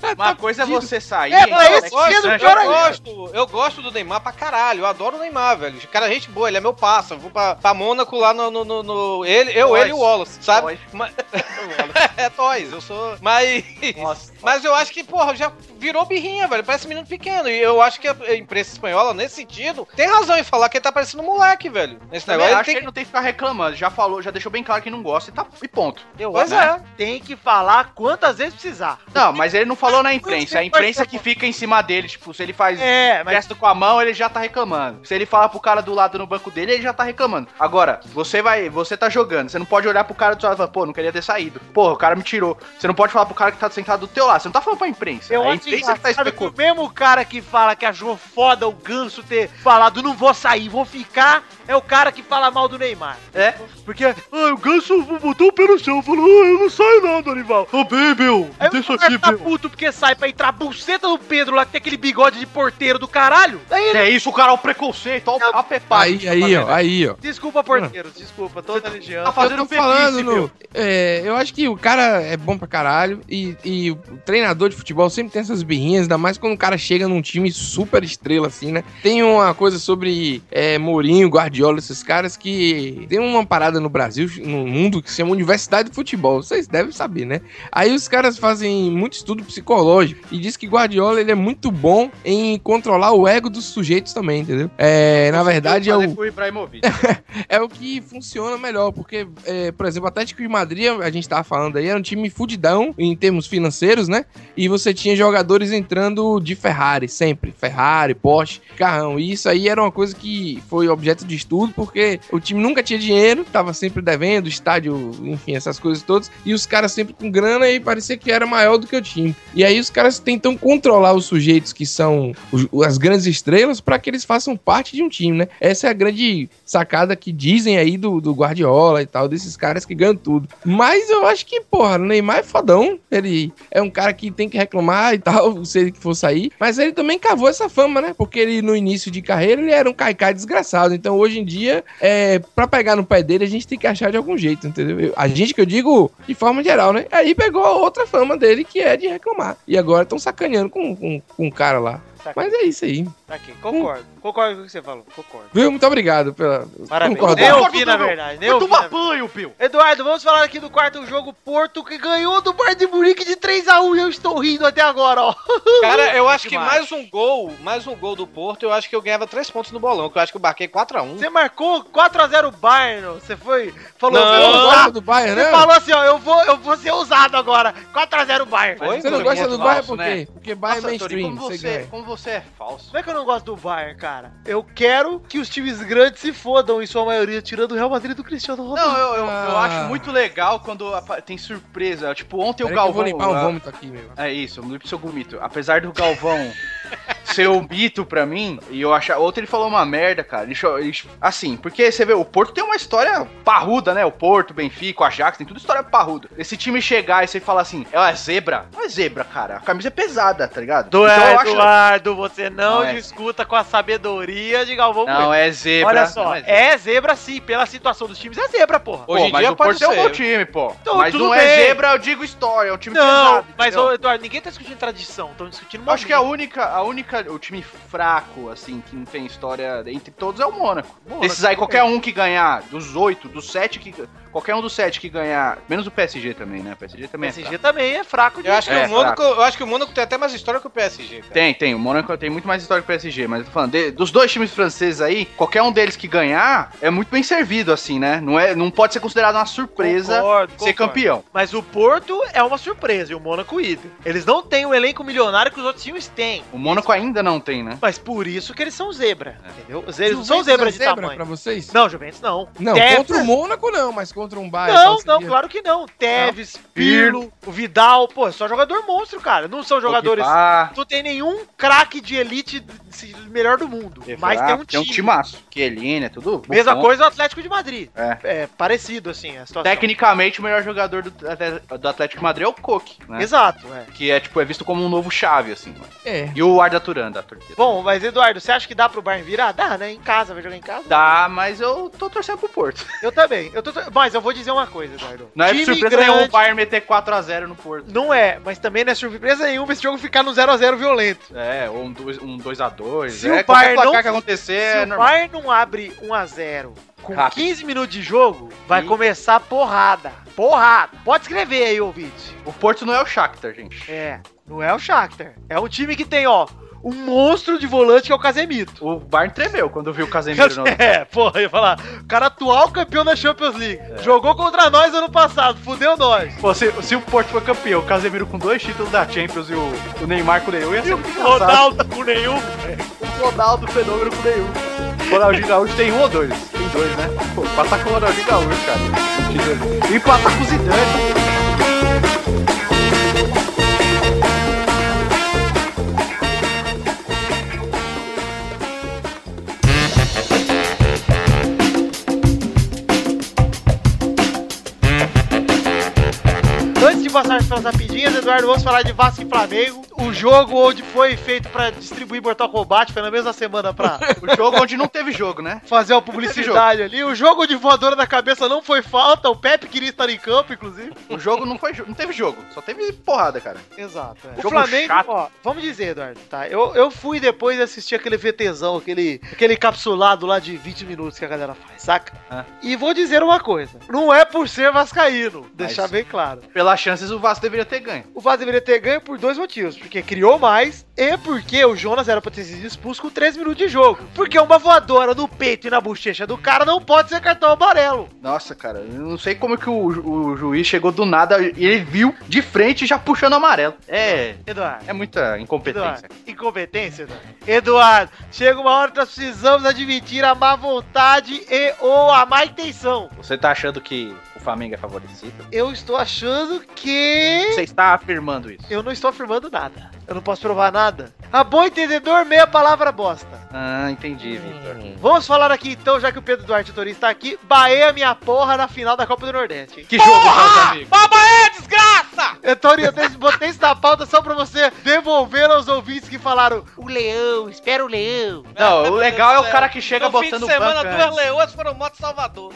Speaker 4: tá
Speaker 3: Uma coisa é você sair.
Speaker 5: É,
Speaker 3: então,
Speaker 5: pra
Speaker 4: Eu
Speaker 5: esse
Speaker 3: que
Speaker 5: Pedro,
Speaker 4: gosto,
Speaker 3: seja
Speaker 4: né?
Speaker 5: pior
Speaker 4: eu,
Speaker 5: ainda.
Speaker 4: gosto, eu gosto do Neymar pra caralho. Eu adoro o Neymar, velho. O Cara, é gente boa, ele é meu pássaro. Vou pra, pra Mônaco lá no. no, no- no- ele, eu,
Speaker 3: Toys.
Speaker 4: ele e o Wallace, sabe?
Speaker 3: Toys.
Speaker 4: Ma- é Toys, eu sou. Mas. Mas eu acho que, porra, já virou birrinha, velho. Parece menino pequeno. E eu acho que a imprensa espanhola, nesse sentido, tem razão em falar que ele tá parecendo um moleque, velho. Nesse
Speaker 3: Também
Speaker 4: negócio.
Speaker 3: acho
Speaker 4: Ele tem
Speaker 3: que ele não tem que ficar reclamando. Já falou, já deixou bem claro que não gosta e, tá, e ponto.
Speaker 5: Eu
Speaker 4: Pois
Speaker 5: acho que tem que falar quantas vezes precisar.
Speaker 3: Não, mas ele não falou na imprensa. É a imprensa que fica em cima dele. Tipo, se ele faz
Speaker 5: É, mas
Speaker 3: gesto com a mão, ele já tá reclamando. Se ele fala pro cara do lado no banco dele, ele já tá reclamando. Agora, você vai, você tá jogando. Você não pode olhar pro cara do seu lado e falar, pô, não queria ter saído. Porra, o cara me tirou. Você não pode falar pro cara que tá sentado do teu lado. Você não tá falando pra imprensa.
Speaker 5: eu
Speaker 3: é a
Speaker 5: acho
Speaker 3: imprensa que tá
Speaker 5: engraçado que
Speaker 3: especulando.
Speaker 5: o mesmo cara que fala que achou foda o Ganso ter falado não vou sair, vou ficar, é o cara que fala mal do Neymar.
Speaker 3: É,
Speaker 5: Porque, ah, o Ganso botou o pé no chão, falou, ah, eu não saio não, Dorival.
Speaker 2: Ô, bem, meu,
Speaker 5: Aí
Speaker 2: deixa
Speaker 5: o cara
Speaker 2: aqui,
Speaker 5: tá
Speaker 2: meu.
Speaker 5: puto porque sai pra entrar a buceta do Pedro lá, que tem aquele bigode de porteiro do caralho. Aí ele...
Speaker 3: É isso, cara, o preconceito, ó, a pepada.
Speaker 6: Aí, aí, ó, aí, ó.
Speaker 5: Desculpa, porteiro, desculpa, toda religião.
Speaker 3: Tá fazendo
Speaker 6: eu tô
Speaker 3: pepice,
Speaker 6: falando,
Speaker 3: meu.
Speaker 6: Lu. É, eu acho que o cara é bom pra caralho e, e o treinador de futebol sempre tem essas birrinhas, ainda mais quando o cara chega num time super estrela, assim, né? Tem uma coisa sobre é, Mourinho, Guardiola, esses caras que tem uma parada no Brasil, no mundo, que se chama Universidade de Futebol. Vocês devem saber, né? Aí os caras fazem muito estudo psicológico e diz que Guardiola ele é muito bom em controlar o ego dos sujeitos também, entendeu? É, na verdade, é
Speaker 3: Fazer
Speaker 6: o
Speaker 3: com o Ibrahimovic.
Speaker 6: é o que funciona melhor, porque, é, por exemplo, o Atlético de Madrid, a gente tava falando aí, era um time fudidão em termos financeiros, né? E você tinha jogadores entrando de Ferrari sempre, Ferrari, Porsche, carrão. E isso aí era uma coisa que foi objeto de estudo, porque o time nunca tinha dinheiro, tava sempre devendo, estádio, enfim, essas coisas todas, e os caras sempre com grana e parecia que era maior do que o time. E aí os caras tentam controlar os sujeitos que são os- as grandes estrelas para que eles façam parte de um time, né? Essa é a grande sacada que dizem aí do, do Guardiola e tal, desses caras que ganham tudo. Mas eu acho que, porra, o Neymar é fodão. Ele é um cara que tem que reclamar e tal, se ele que for sair. Mas ele também cavou essa fama, né? Porque ele, no início de carreira, ele era um caicai desgraçado. Então, hoje em dia, é, pra pegar no pé dele, a gente tem que achar de algum jeito, entendeu? Eu- A gente que eu digo de forma geral, né? Aí pegou a outra fama dele, que é de reclamar. E agora estão sacaneando com, com, com o cara lá. Mas é isso aí.
Speaker 5: Tá aqui, concordo. Concordo com o que você falou, concordo.
Speaker 6: Viu? Muito obrigado pela.
Speaker 5: Parabéns.
Speaker 6: Concordo.
Speaker 5: Nem
Speaker 3: Concordo,
Speaker 5: ouvi, na
Speaker 3: Dudu.
Speaker 5: verdade. Nem
Speaker 3: Vai
Speaker 5: ouvi, na
Speaker 3: tomar
Speaker 5: verdade.
Speaker 3: banho, Pio.
Speaker 5: Eduardo, vamos falar aqui do quarto jogo Porto que ganhou do Bayern de Munique de 3x1 e eu estou rindo até agora, ó.
Speaker 4: Cara, eu acho que
Speaker 3: um demais.
Speaker 4: mais um gol, mais um gol do Porto, eu acho que eu ganhava três pontos no bolão, que eu acho que eu barquei 4x1.
Speaker 5: Você marcou 4x0 o Bayern, você foi, falou,
Speaker 4: Não,
Speaker 5: eu vou usar.
Speaker 6: gosta do
Speaker 3: É
Speaker 6: Bayern, né?
Speaker 5: Você falou assim, ó, eu vou, eu vou ser ousado agora. 4x0 o Bayern.
Speaker 4: Foi?
Speaker 6: Você não
Speaker 4: Foi
Speaker 6: gosta
Speaker 4: muito
Speaker 6: do Bayern
Speaker 3: falso,
Speaker 6: por quê? Porque
Speaker 3: Nossa,
Speaker 6: Bayern é
Speaker 3: Tori,
Speaker 6: mainstream,
Speaker 3: como
Speaker 6: você
Speaker 3: você,
Speaker 6: ganha.
Speaker 3: como você é falso.
Speaker 5: Não é que eu não gosto do Bayern, cara. Eu quero que os times grandes se fodam, em sua maioria, tirando o Real Madrid e do Cristiano Ronaldo.
Speaker 3: Não, eu, eu, eu
Speaker 6: Ah.
Speaker 3: acho muito legal quando apa- tem surpresa. Tipo, ontem
Speaker 6: Peraí
Speaker 3: o
Speaker 6: que Eu
Speaker 3: Galvão.
Speaker 6: vou limpar um
Speaker 3: ah,
Speaker 6: vômito aqui, meu.
Speaker 3: É isso, o seu Gumito. Apesar do Galvão ser um mito pra mim, e eu achar. Outro ele falou uma merda, cara. Ele, cho- ele- assim, porque você vê, o Porto tem uma história parruda, né? O Porto, o Benfica, o Ajax, tem tudo história parruda. Esse time chegar e você falar assim, é uma zebra. Não é zebra, cara. A camisa é pesada, tá ligado?
Speaker 5: Do
Speaker 3: eu
Speaker 5: Eduardo, você não,
Speaker 3: Não é.
Speaker 5: discuta com a sabedoria de Galvão Bueno.
Speaker 3: Não, é zebra.
Speaker 5: Olha só,
Speaker 3: não é zebra.
Speaker 5: é zebra sim, pela situação dos times é zebra, porra.
Speaker 4: Hoje
Speaker 3: pô,
Speaker 4: em
Speaker 3: mas
Speaker 4: dia
Speaker 3: o Porto
Speaker 4: pode
Speaker 3: é um
Speaker 4: ser.
Speaker 3: bom time, pô.
Speaker 5: Então,
Speaker 3: mas
Speaker 5: tudo
Speaker 3: não
Speaker 5: bem.
Speaker 3: é zebra, eu digo história, é um time
Speaker 5: Não,
Speaker 3: pesado.
Speaker 5: mas,
Speaker 3: entendeu?
Speaker 5: ô, Eduardo, ninguém tá discutindo tradição, estão discutindo
Speaker 3: Eu Acho que é a
Speaker 5: momento.
Speaker 3: única, a única, o time fraco, assim, que não tem história entre todos é o Mônaco.
Speaker 5: Mônaco,
Speaker 3: Esses aí, qualquer um que ganhar, dos oito, dos sete que. Qualquer um dos sete que ganhar, menos o PSG também, né? O PSG
Speaker 5: O
Speaker 3: também é
Speaker 5: PSG
Speaker 3: fraco.
Speaker 5: também é fraco de...
Speaker 4: Eu acho que
Speaker 3: É,
Speaker 4: o Mônaco, eu acho que o Mônaco tem até mais história que o PSG, cara.
Speaker 3: Tem, tem. O Mônaco tem muito mais história que o PSG, mas eu tô falando, de- dos dois times franceses aí, qualquer um deles que ganhar é muito bem servido, assim, né? Não, é, não pode ser considerado uma surpresa
Speaker 5: Concordo,
Speaker 3: ser
Speaker 5: concordo.
Speaker 3: campeão.
Speaker 5: Mas o Porto é uma surpresa e o Mônaco idem. Eles não têm um elenco milionário que os outros times têm.
Speaker 3: O Mônaco ainda ainda não tem, né?
Speaker 5: Mas por isso que eles são zebra, entendeu? Os- Eles não
Speaker 6: Juventus
Speaker 5: são zebra
Speaker 6: é
Speaker 5: de
Speaker 6: zebra
Speaker 5: tamanho.
Speaker 6: Pra vocês?
Speaker 5: Não, Juventus não.
Speaker 6: Não,
Speaker 5: Tevez-
Speaker 6: contra o Mônaco não, mas contra um Bayern.
Speaker 5: Não,
Speaker 6: então,
Speaker 5: não,
Speaker 6: seria-
Speaker 5: claro que não. Tevez, Pirlo, o Vidal, pô, é só jogador monstro, cara. Não são jogadores.
Speaker 3: Ah,
Speaker 5: Não tem nenhum craque de elite se- melhor do mundo. Mas tem um time.
Speaker 3: Tem um timaço. Chiellini, é tudo.
Speaker 5: Mesma
Speaker 3: Buffon.
Speaker 5: coisa o Atlético de Madrid.
Speaker 3: É.
Speaker 5: É, parecido, assim, a situação.
Speaker 3: Tecnicamente, o melhor jogador do, do Atlético de Madrid é o Koke, né?
Speaker 5: Exato, é.
Speaker 3: Que é, tipo, é visto como um novo chave, assim. né?
Speaker 6: É.
Speaker 3: E o Arda Turan, da Turquia.
Speaker 5: Bom, mas Eduardo, você acha que dá pro Bayern virar? Dá, né? Em casa, vai jogar em casa.
Speaker 3: Dá, mas eu tô torcendo pro Porto.
Speaker 5: Eu também. Eu tô... Mas eu vou dizer uma coisa, Eduardo.
Speaker 3: Não é
Speaker 5: Time
Speaker 3: surpresa
Speaker 5: grande-
Speaker 3: nenhuma o Bayern meter 4x0 no Porto.
Speaker 5: Não é, mas também não é surpresa nenhuma esse jogo ficar no 0x0 violento.
Speaker 3: É, ou um 2x2. Um dois a dois,
Speaker 5: Se
Speaker 3: é,
Speaker 5: o Bayern
Speaker 3: qualquer placar
Speaker 5: não-
Speaker 3: que acontecer,
Speaker 5: Se
Speaker 3: é
Speaker 5: o
Speaker 3: normal.
Speaker 5: Bayern não abre 1x0 com
Speaker 3: Rápido.
Speaker 5: 15 minutos de jogo, vai
Speaker 3: Sim.
Speaker 5: começar a porrada. Porrada. Pode escrever aí, ouvinte.
Speaker 3: O Porto não é o Shakhtar, gente.
Speaker 5: É, não é o Shakhtar. É um time que tem, ó, um monstro de volante que é o Casemiro.
Speaker 3: O Bayern tremeu quando viu o Casemiro no...
Speaker 5: É, porra, eu ia falar. O cara atual campeão da Champions League.
Speaker 3: É.
Speaker 5: Jogou contra nós ano passado, fudeu nós.
Speaker 3: Pô, se, se o Porto foi campeão, o Casemiro com dois títulos da Champions e o, o Neymar com nenhum, ia ser muito engraçado.
Speaker 5: com nenhum.
Speaker 3: O Ronaldo fenômeno com nenhum. O Ronaldinho Gaúcho tem um ou dois? Tem dois, né? Pô, empatar com o Ronaldinho Gaúcho, cara. E empatar com o Zidane.
Speaker 5: Antes de passarmos pelas rapidinhas, Eduardo, vamos falar de Vasco e Flamengo. O jogo onde foi feito pra distribuir Mortal Kombat, foi na mesma semana pra
Speaker 3: O jogo onde não teve jogo, né?
Speaker 5: fazer uma publicidade ali. O jogo de voadora na cabeça não foi falta, o Pepe queria estar em campo, inclusive.
Speaker 3: O jogo não foi jo- não teve jogo, só teve porrada, cara.
Speaker 5: Exato. O
Speaker 3: Jogo
Speaker 5: Flamengo,
Speaker 3: chato.
Speaker 5: ó, vamos dizer, Eduardo, tá? Eu, eu fui depois assistir aquele VTzão, aquele, aquele capsulado lá de 20 minutos que a galera faz, saca?
Speaker 3: Ah.
Speaker 5: E vou dizer uma coisa, não é por ser vascaíno, deixar bem claro.
Speaker 3: Pelas chances o Vasco deveria ter ganho.
Speaker 5: O Vasco deveria ter ganho por dois motivos. Porque criou mais e porque o Jonas era pra ter sido expulso com 3 minutos de jogo. Porque uma voadora no peito e na bochecha do cara não pode ser cartão amarelo.
Speaker 3: Nossa, cara, eu não sei como que o, ju- o juiz chegou do nada e ele viu de frente já puxando amarelo. É,
Speaker 5: Eduardo.
Speaker 3: é muita incompetência.
Speaker 5: Eduardo, incompetência, Eduardo. Eduardo, chega uma hora que nós precisamos admitir a má vontade e ou a má intenção.
Speaker 3: Você tá achando que o Flamengo é favorecido?
Speaker 5: Eu estou achando que.
Speaker 3: Você está afirmando isso.
Speaker 5: Eu não estou afirmando nada. Eu não posso provar nada. A bom entendedor, meia palavra bosta.
Speaker 3: Ah, entendi, Vitor.
Speaker 5: Vamos falar aqui então, já que o Pedro Duarte Torinho está aqui, Bahia minha porra na final da Copa do Nordeste. hein?
Speaker 3: Que jogo, meus amigos?
Speaker 5: Eu, Torinho, eu dei- botei isso na pauta só pra você devolver aos ouvintes que falaram o leão, espera o leão.
Speaker 3: Não,
Speaker 4: Ah,
Speaker 3: o
Speaker 4: meu
Speaker 3: legal é
Speaker 4: Deus
Speaker 3: o né?
Speaker 4: do
Speaker 3: cara
Speaker 4: céu.
Speaker 3: que chega
Speaker 4: no
Speaker 3: botando
Speaker 4: fim de semana,
Speaker 3: banca
Speaker 4: duas
Speaker 3: antes.
Speaker 4: leoas foram mortas em Salvador.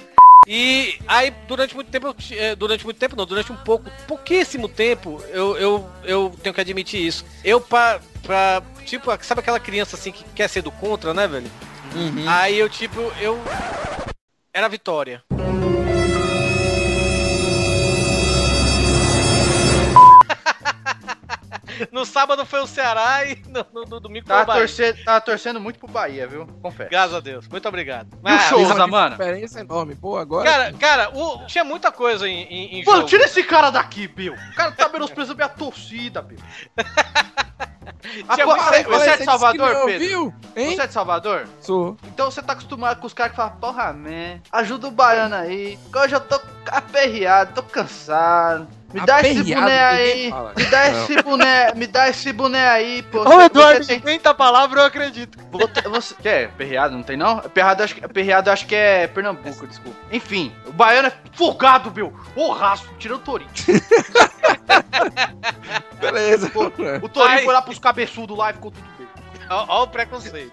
Speaker 4: E aí, durante muito tempo, eu ti- eh, durante muito tempo não, durante um pouco, pouquíssimo tempo, eu, eu, eu tenho que admitir isso. Eu, pra, pra, tipo, sabe aquela criança assim que quer ser do contra, né, velho?
Speaker 3: Uhum.
Speaker 4: Aí eu, tipo, eu... Era a vitória. No sábado foi o Ceará e no, no- no domingo foi
Speaker 3: Tá,
Speaker 4: o Bahia.
Speaker 3: torcendo, tá torcendo muito pro Bahia, viu? Confesso. Ah,
Speaker 4: Graças a Deus. Muito obrigado. Ah,
Speaker 3: E o show,
Speaker 6: Mas
Speaker 3: Souza,
Speaker 6: uma
Speaker 3: mano?
Speaker 6: diferença é enorme. Pô, agora...
Speaker 4: Cara, cara, o- tinha muita coisa em, em, em
Speaker 3: Mano,
Speaker 4: jogo.
Speaker 3: tira esse cara daqui, Bill. O cara tá menosprezando minha torcida, Bill.
Speaker 4: Tinha
Speaker 3: Pô,
Speaker 4: muita
Speaker 3: você,
Speaker 4: coisa.
Speaker 3: você é
Speaker 6: disse
Speaker 3: de
Speaker 6: que
Speaker 3: Salvador,
Speaker 6: não,
Speaker 3: Pedro?
Speaker 6: Viu? Hein?
Speaker 3: Você é de Salvador?
Speaker 6: Sou.
Speaker 3: Então você tá acostumado com os caras que falam, porra, man, ajuda o baiano aí. que Hoje eu tô aperreado, tô cansado. Me dá esse
Speaker 6: Aperreado,
Speaker 3: boné
Speaker 6: ninguém
Speaker 3: aí.
Speaker 6: fala.
Speaker 3: Me dá
Speaker 6: Não.
Speaker 3: esse boné, me dá esse boné aí, pô.
Speaker 5: Ô, Eduardo,
Speaker 3: Você tem-
Speaker 5: em 30 palavras eu acredito.
Speaker 3: Você, você- que é perreado, não tem não? Perreado acho, que- perreado acho que é Pernambuco, desculpa. Enfim, o baiano é folgado, meu. O rastro, tirando o Torinho.
Speaker 6: Beleza.
Speaker 3: O Torinho
Speaker 4: Ai.
Speaker 3: foi lá pros cabeçudos lá e ficou tudo bem.
Speaker 4: Ó, ó o preconceito.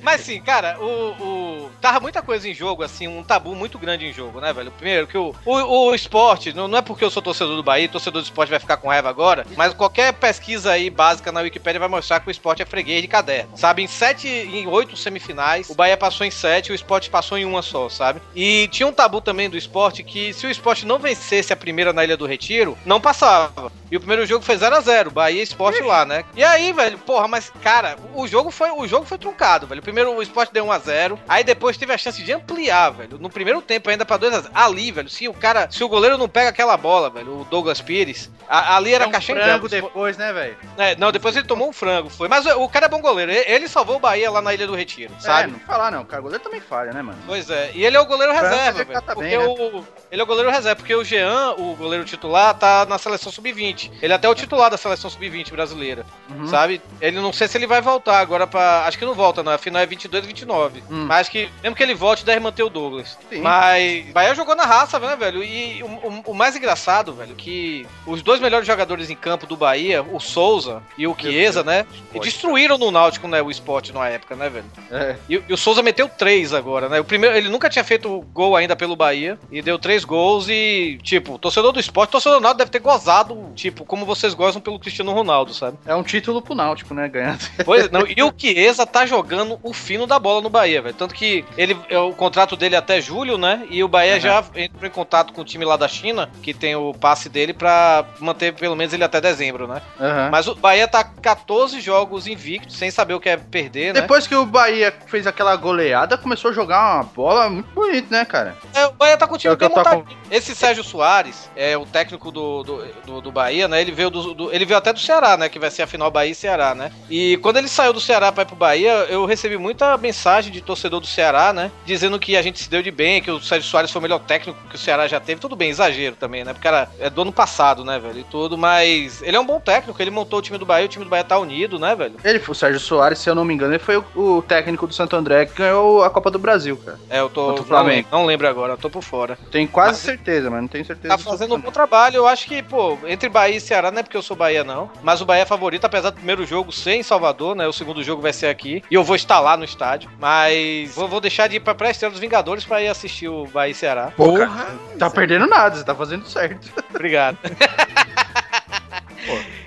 Speaker 4: Mas sim, cara, o, o- Tava muita coisa em jogo, assim, um tabu muito grande em jogo, né, velho? Primeiro, que o, o, o esporte, não, não é porque eu sou torcedor do Bahia, torcedor do esporte vai ficar com raiva agora, mas qualquer pesquisa aí básica na Wikipédia vai mostrar que o esporte é freguês de caderno. Sabe, em sete, em oito semifinais, o Bahia passou em sete, o esporte passou em uma só, sabe? E tinha um tabu também do esporte que se o esporte não vencesse a primeira na Ilha do Retiro, não passava. E o primeiro jogo foi 0 a 0 Bahia e Esporte lá, né? E aí, velho, porra, mas, cara, o jogo foi, o jogo foi truncado disparado, velho. Primeiro o esporte deu 1x0, aí depois teve a chance de ampliar, velho. No primeiro tempo ainda pra 2x0. Ali, velho, se o cara, se o goleiro não pega aquela bola, velho, o Douglas Pires, a- ali era
Speaker 3: um
Speaker 4: caixão em
Speaker 3: frango
Speaker 4: branco.
Speaker 3: depois, né, velho?
Speaker 4: É, não, depois ele tomou um frango, foi. Mas o, o cara é bom goleiro, ele, ele salvou o Bahia lá na Ilha do Retiro,
Speaker 3: Sabe?
Speaker 4: sabe?
Speaker 3: É, não falar não, cara, o goleiro também falha, né, mano?
Speaker 4: Pois é, e ele é o goleiro
Speaker 3: Frango
Speaker 4: reserva,
Speaker 3: ele
Speaker 4: velho.
Speaker 3: tá
Speaker 4: Porque
Speaker 3: bem, né?
Speaker 4: o, ele é o goleiro reserva, porque o Jean, o goleiro titular, tá na seleção sub-20. Ele é até o titular da seleção sub-20 brasileira,
Speaker 3: Uhum.
Speaker 4: sabe? Ele não sei se ele vai voltar agora pra. Acho que não volta, não. Afinal é 22 29.
Speaker 3: Hum.
Speaker 4: Mas que, mesmo que ele volte, deve manter o Douglas.
Speaker 3: Sim.
Speaker 4: Mas. Bahia jogou na raça, né, velho? E o, o- o mais engraçado, velho, que os dois melhores jogadores em campo do Bahia, o Souza e o Chiesa, né? E destruíram no Náutico, né, o esporte na época, né, velho?
Speaker 3: É.
Speaker 4: E, e o Souza meteu três agora, né? O primeiro, ele nunca tinha feito gol ainda pelo Bahia e deu três gols e, tipo, o torcedor do esporte, o torcedor do Náutico deve ter gozado, tipo, como vocês gozam pelo Cristiano Ronaldo, sabe?
Speaker 3: É um título pro Náutico, né, ganhando.
Speaker 4: Pois não, e o Chiesa tá jogando o fino da bola no Bahia, velho. Tanto que ele, é o contrato dele é até julho, né? E o Bahia
Speaker 3: Aham.
Speaker 4: já entrou em contato com o time lá da China, que tem o passe dele pra manter pelo menos ele até dezembro, né?
Speaker 3: Aham.
Speaker 4: Mas o Bahia tá 14 jogos invicto, sem saber o que é perder, né?
Speaker 3: Depois que o Bahia fez aquela goleada, começou a jogar uma bola muito bonita, né, cara?
Speaker 4: É, o Bahia tá com o time
Speaker 3: É o que
Speaker 4: bem
Speaker 3: eu tô
Speaker 4: montadinho. Esse Sérgio Soares, é o técnico do, do, do, do Bahia, né? Ele veio, do, do- ele veio até do Ceará, né? Que vai ser a final Bahia e Ceará, né? E quando ele saiu do Ceará pra ir pro Bahia, eu recebi muita mensagem de torcedor do Ceará, né? Dizendo que a gente se deu de bem, que o Sérgio Soares foi o melhor técnico que o Ceará já teve. Tudo bem, exagero também, né? Porque era, é do ano passado, né, velho? E tudo, mas ele é um bom técnico, ele montou o time do Bahia, o time do Bahia tá unido, né, velho?
Speaker 3: Ele, o Sérgio Soares, se eu não me engano, ele foi o, o técnico do Santo André que ganhou a Copa do Brasil, cara.
Speaker 4: É, eu tô.
Speaker 3: Contra o Flamengo.
Speaker 4: Não, não lembro agora, eu tô por fora.
Speaker 3: Tenho quase
Speaker 4: Mas-
Speaker 3: certeza, mas não tenho certeza.
Speaker 4: Tá
Speaker 3: do
Speaker 4: fazendo um
Speaker 3: absoluto,
Speaker 4: bom trabalho. Eu acho que, pô, entre Bahia e Ceará, não é porque eu sou Bahia, não. Mas o Bahia é favorito, apesar do primeiro jogo ser em Salvador, né? O segundo jogo vai ser aqui. E eu vou estar lá no estádio. Mas vou, vou deixar de ir pra pré-estreia dos Vingadores pra ir assistir o Bahia e Ceará.
Speaker 6: Porra!
Speaker 4: um
Speaker 3: não. Tá perdendo nada, você tá fazendo certo.
Speaker 4: Obrigado.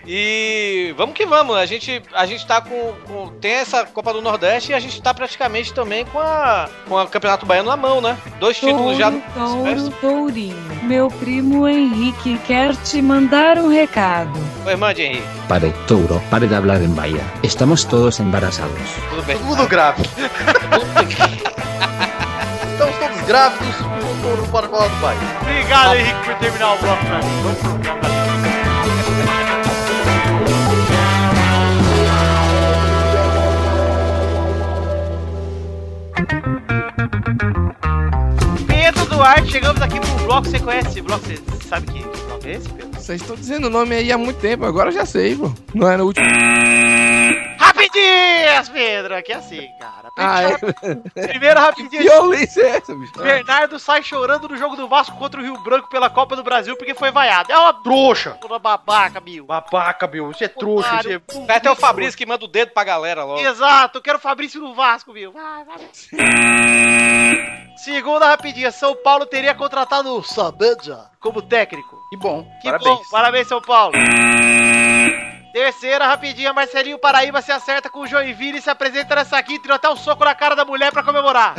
Speaker 4: E vamos que vamos, a gente, a gente tá com, com- Tem essa Copa do Nordeste e a gente tá praticamente também com a com o Campeonato Baiano na mão, né? Dois
Speaker 8: Touro,
Speaker 4: títulos já.
Speaker 9: Então,
Speaker 8: touro, tourinho. Meu primo Henrique quer te mandar um recado.
Speaker 4: Oi, mande, Henrique.
Speaker 10: Pare, Touro, pare de hablar en Bahía. Estamos todos embarazados.
Speaker 4: Tudo bem.
Speaker 2: Todo mundo grávido. Estamos todos grávidos, o touro para falar do pai.
Speaker 5: Obrigado, Henrique, por terminar o bloco pra mim. Vamos pro bloco agora. Pedro Duarte, chegamos aqui pro bloco. Você conhece esse bloco? Você sabe que bloco é esse, Pedro?
Speaker 6: Vocês estão dizendo o nome aí há muito tempo, agora eu já sei, pô. Não era o último.
Speaker 5: Rapidinhas, Pedro! Aqui é assim, cara.
Speaker 6: Ah, é.
Speaker 5: Primeiro
Speaker 6: Que
Speaker 5: rapidinho.
Speaker 6: violência é essa, bicho?
Speaker 5: Bernardo sai chorando no jogo do Vasco contra o Rio Branco pela Copa do Brasil porque foi vaiado. É uma
Speaker 3: Trouxa!
Speaker 5: b****, uma babaca, Bill.
Speaker 3: Babaca, Bill, você é trouxa, você
Speaker 5: Otário.
Speaker 3: é
Speaker 4: Vai até o Fabrício que manda o dedo pra galera logo.
Speaker 5: Exato, eu quero o Fabrício no Vasco, viu? Vai, vai. Segunda rapidinha, São Paulo teria contratado o
Speaker 2: Sabedia.
Speaker 5: como técnico.
Speaker 3: Que bom.
Speaker 5: Que
Speaker 3: Parabéns.
Speaker 5: bom, parabéns São Paulo. Terceira rapidinha, Marcelinho Paraíba se acerta com o Joinville e se apresenta nessa quinta e deu até um soco na cara da mulher pra comemorar.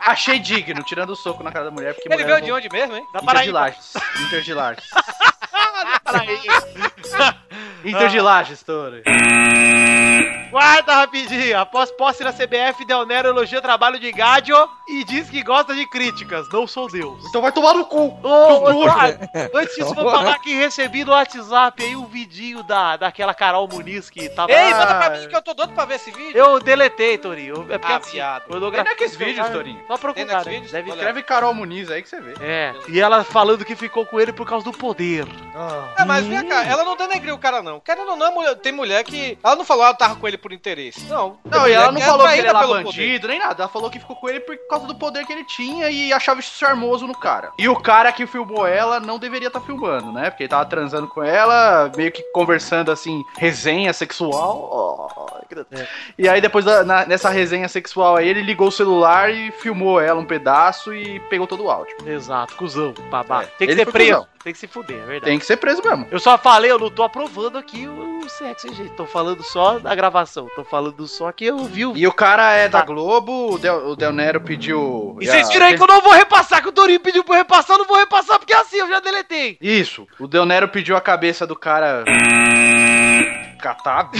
Speaker 3: Achei digno, tirando o soco na cara da mulher, porque
Speaker 4: Ele
Speaker 3: mulher é
Speaker 4: veio
Speaker 3: não-
Speaker 4: de onde mesmo, hein?
Speaker 3: Inter
Speaker 5: Na
Speaker 3: de
Speaker 5: Paraíba.
Speaker 3: Lages. Inter de Lages.
Speaker 5: Paraíba.
Speaker 3: Inter de Lages, Tore.
Speaker 5: Ah, Quarta rapidinha, após posse na CBF, Del Nero elogia o trabalho de Gádio e diz que gosta de críticas. Não sou Deus.
Speaker 3: Então vai tomar no cu.
Speaker 5: Ô, Eduardo,
Speaker 3: né?
Speaker 5: antes disso, vou falar que recebi no WhatsApp aí um vidinho da, daquela Carol Muniz que tava.
Speaker 4: Ei, manda pra mim que eu tô doido pra ver esse vídeo.
Speaker 5: Ah. Eu deletei, Torinho. É porque
Speaker 4: Ah,
Speaker 5: assim,
Speaker 4: viado.
Speaker 5: eu não
Speaker 3: Tem
Speaker 5: gravei.
Speaker 3: naqueles vídeos, Torinho.
Speaker 5: Só
Speaker 4: Tem
Speaker 5: procurar.
Speaker 4: next
Speaker 5: Né?
Speaker 4: vídeos?
Speaker 5: Deve
Speaker 4: Olha.
Speaker 5: escrever.
Speaker 3: Escreve Carol Muniz aí que você vê.
Speaker 5: É, e ela falando que ficou com ele por causa do poder.
Speaker 4: É, mas vem cá, ela não denegriu o cara, não. Querendo ou não, a mulher- tem mulher que. Ela não falou, ela tava com ele por interesse. Não.
Speaker 3: Não, e ela não
Speaker 4: É
Speaker 3: falou que ele
Speaker 4: atraída
Speaker 3: era
Speaker 4: pelo
Speaker 3: bandido, nem nada. Ela falou que ficou com ele por causa do poder que ele tinha e achava isso charmoso no cara. E o cara que filmou ela não deveria estar filmando, né? Porque ele tava transando com ela, meio que conversando assim, resenha sexual. Ó, que delícia. E aí depois da- na- nessa resenha sexual aí, ele ligou o celular e filmou ela um pedaço e pegou todo o áudio.
Speaker 5: Exato, cuzão, babaca.
Speaker 3: É,
Speaker 5: Tem que
Speaker 3: ele
Speaker 5: ser
Speaker 3: foi
Speaker 5: preso.
Speaker 3: cuzão.
Speaker 5: Tem que se fuder, é verdade.
Speaker 3: Tem que ser preso mesmo.
Speaker 5: Eu só falei, eu não tô aprovando aqui o sexo, hein, gente. Tô falando só da gravação. Tô falando só que eu vi o
Speaker 3: E o cara é da Globo, o Del, o Del Nero pediu. Ah,
Speaker 5: E vocês viram aí que eu não vou repassar, que o Torinho pediu pra eu repassar, eu não vou repassar porque é assim, eu já deletei.
Speaker 3: Isso. O Del Nero pediu a cabeça do cara. Catado.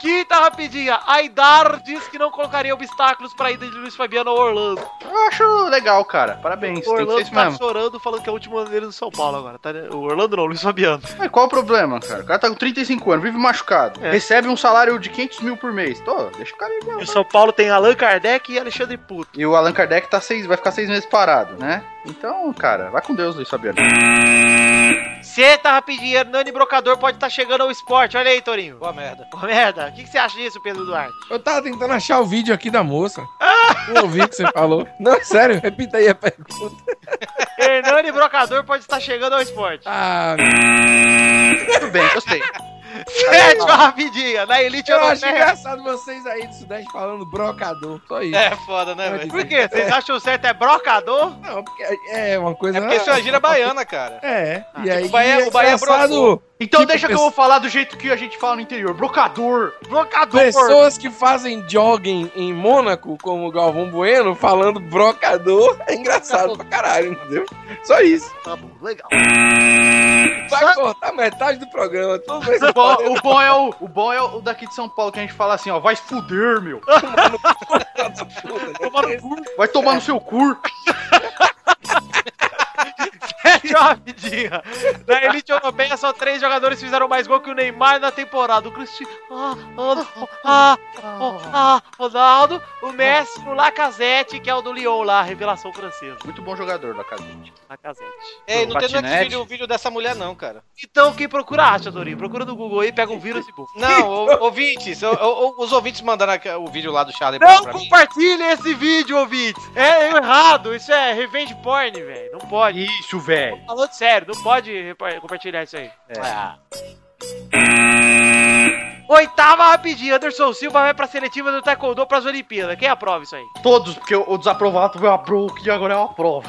Speaker 5: Quinta rapidinha. tá Aidar diz que não colocaria obstáculos pra ida de Luiz Fabiano ao Orlando.
Speaker 3: Eu acho legal, cara. Parabéns. Tem
Speaker 5: O
Speaker 3: que ser
Speaker 5: Orlando
Speaker 3: isso
Speaker 5: tá
Speaker 3: mesmo.
Speaker 5: chorando, falando que é a última dele do São Paulo agora. Tá, né? O Orlando não, o Luiz Fabiano.
Speaker 3: Mas qual o problema, cara? O cara tá com 35 anos, vive machucado.
Speaker 5: É.
Speaker 3: Recebe um salário de 500 mil por mês. Tô, deixa o cara ir.
Speaker 5: O
Speaker 3: mano.
Speaker 5: São Paulo tem Allan Kardec e Alexandre Puto.
Speaker 3: E o Allan Kardec tá seis, vai ficar seis meses parado, né? Então, cara, vai com Deus, Luiz Fabiano.
Speaker 5: Senta tá rapidinho, Hernani Brocador pode estar chegando ao esporte. Olha aí, Torinho.
Speaker 4: Boa merda.
Speaker 5: Pô, merda, o que, que você acha disso, Pedro Duarte?
Speaker 6: Eu tava tentando achar o vídeo aqui da moça. Não ouvi o que você falou. Não, sério, repita aí a pergunta.
Speaker 5: Hernani Brocador pode estar chegando ao esporte.
Speaker 6: Ah,
Speaker 3: Tudo bem, gostei.
Speaker 5: Sétima rapidinha, na Elite
Speaker 6: eu acho
Speaker 5: Europeia.
Speaker 6: engraçado vocês aí do Sudeste falando brocador. Só isso.
Speaker 4: É foda, né,
Speaker 6: Pode
Speaker 4: velho?
Speaker 5: Por quê? Vocês acham o certo é brocador?
Speaker 6: Não, porque é uma coisa.
Speaker 4: É porque isso é uma gíria baiana, cara.
Speaker 6: É, e aí.
Speaker 4: o Bahia- o Bahia é
Speaker 6: engraçado,
Speaker 3: Então
Speaker 6: Tipo,
Speaker 3: deixa que eu
Speaker 6: pessoa-
Speaker 3: vou falar do jeito que a gente fala no interior. Brocador.
Speaker 5: Brocador.
Speaker 6: Pessoas que fazem jogging em Mônaco, como o Galvão Bueno, falando brocador, é engraçado pra caralho, entendeu? Só isso.
Speaker 5: Tá bom, legal.
Speaker 6: Vai cortar metade do programa. Tudo bem,
Speaker 3: O bom, o bom é o, o bom é o daqui de São Paulo que a gente fala assim, ó, vai se fuder, meu. Vai tomar no seu cu.
Speaker 5: Sétima rapidinha. Na Elite Europeia, só três jogadores fizeram mais gol que o Neymar na temporada. O Cristiano, ah, ah, ah, ah, Ronaldo, o Messi, o Lacazette, que é o do Lyon lá, revelação francesa.
Speaker 3: Muito bom jogador, Lacazette.
Speaker 5: Lacazette.
Speaker 4: Ei, não tem no
Speaker 3: Patinete.
Speaker 4: X-Video o vídeo dessa mulher, não, cara.
Speaker 5: Então, quem procura acha, Dorinho. Procura no Google aí, pega um vírus e bom.
Speaker 4: Não, o- ouvintes, o- o- os ouvintes mandaram aqui o vídeo lá do Charlie Brown
Speaker 5: Não
Speaker 4: pra mim.
Speaker 5: compartilhe esse vídeo, ouvintes. É errado, isso é revenge porn, velho. Não pode.
Speaker 3: Isso, velho.
Speaker 5: Falando sério, não pode repa- compartilhar isso aí. Ah. Oitava rapidinha, Anderson Silva vai pra seletiva do Taekwondo pras Olimpíadas. Quem aprova isso aí?
Speaker 3: Todos, porque o, o desaprovado foi a broca e agora é uma prova.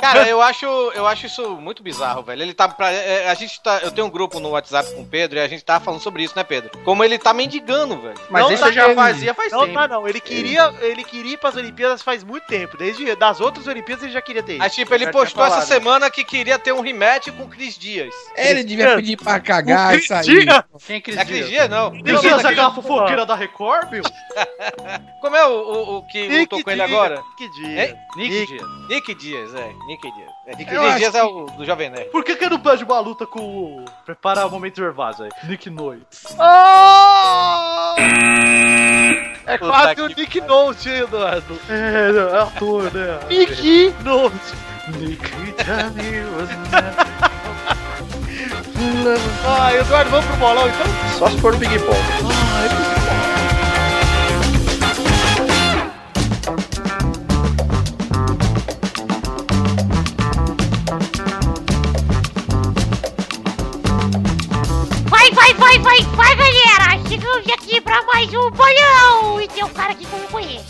Speaker 4: Cara, eu acho, eu acho isso muito bizarro, velho. Ele tá pra, é, a gente tá, eu tenho um grupo no WhatsApp com o Pedro e a gente tava falando sobre isso, né, Pedro? Como ele tá mendigando, velho.
Speaker 3: Mas
Speaker 5: Não
Speaker 3: isso
Speaker 5: tá
Speaker 3: eu já
Speaker 6: tendo.
Speaker 3: fazia faz
Speaker 5: Não,
Speaker 3: tempo.
Speaker 5: tá não. Ele queria, ele queria ir pras Olimpíadas faz muito tempo. Desde das outras Olimpíadas ele já queria ter ido.
Speaker 4: Aí, tipo, ele
Speaker 3: já
Speaker 4: postou
Speaker 3: tinha
Speaker 4: essa
Speaker 3: falado.
Speaker 4: semana que queria ter um rematch com o Cris Dias.
Speaker 6: Ele devia pedir pra cagar e sair.
Speaker 5: Diga!
Speaker 3: Quem é Cris
Speaker 4: É Cris
Speaker 3: Dias?
Speaker 4: Dias, não.
Speaker 5: Deus,
Speaker 4: Não,
Speaker 5: Deus,
Speaker 4: aquele-
Speaker 5: aquela
Speaker 3: Fofoqueira da Record, meu?
Speaker 4: Como é o, o, o que
Speaker 5: Nick
Speaker 4: lutou com ele
Speaker 5: Dias,
Speaker 4: agora?
Speaker 5: Que dia.
Speaker 4: Hein?
Speaker 3: Nick,
Speaker 5: Nick.
Speaker 3: Dias.
Speaker 4: Nick Dias, é. Nick Dias. É, Nick
Speaker 6: Eu
Speaker 4: Dias,
Speaker 6: acho
Speaker 4: é o do Jovem Nerd.
Speaker 3: Por que que eu não planejo uma luta com o... Prepara o momento Gervásio aí. Nick Noi.
Speaker 4: Puta
Speaker 5: É quase
Speaker 4: que
Speaker 5: o Nick Note, hein, Eduardo.
Speaker 3: É, não, é ator, né?
Speaker 5: Nick Note.
Speaker 3: Nick
Speaker 5: Ah, Eduardo, vamos pro bolão então?
Speaker 3: Só se for o Big Ball.
Speaker 7: Vai, vai, vai, vai, vai, galera! Chegamos aqui pra mais um bolão! E tem um cara aqui que eu não conheço.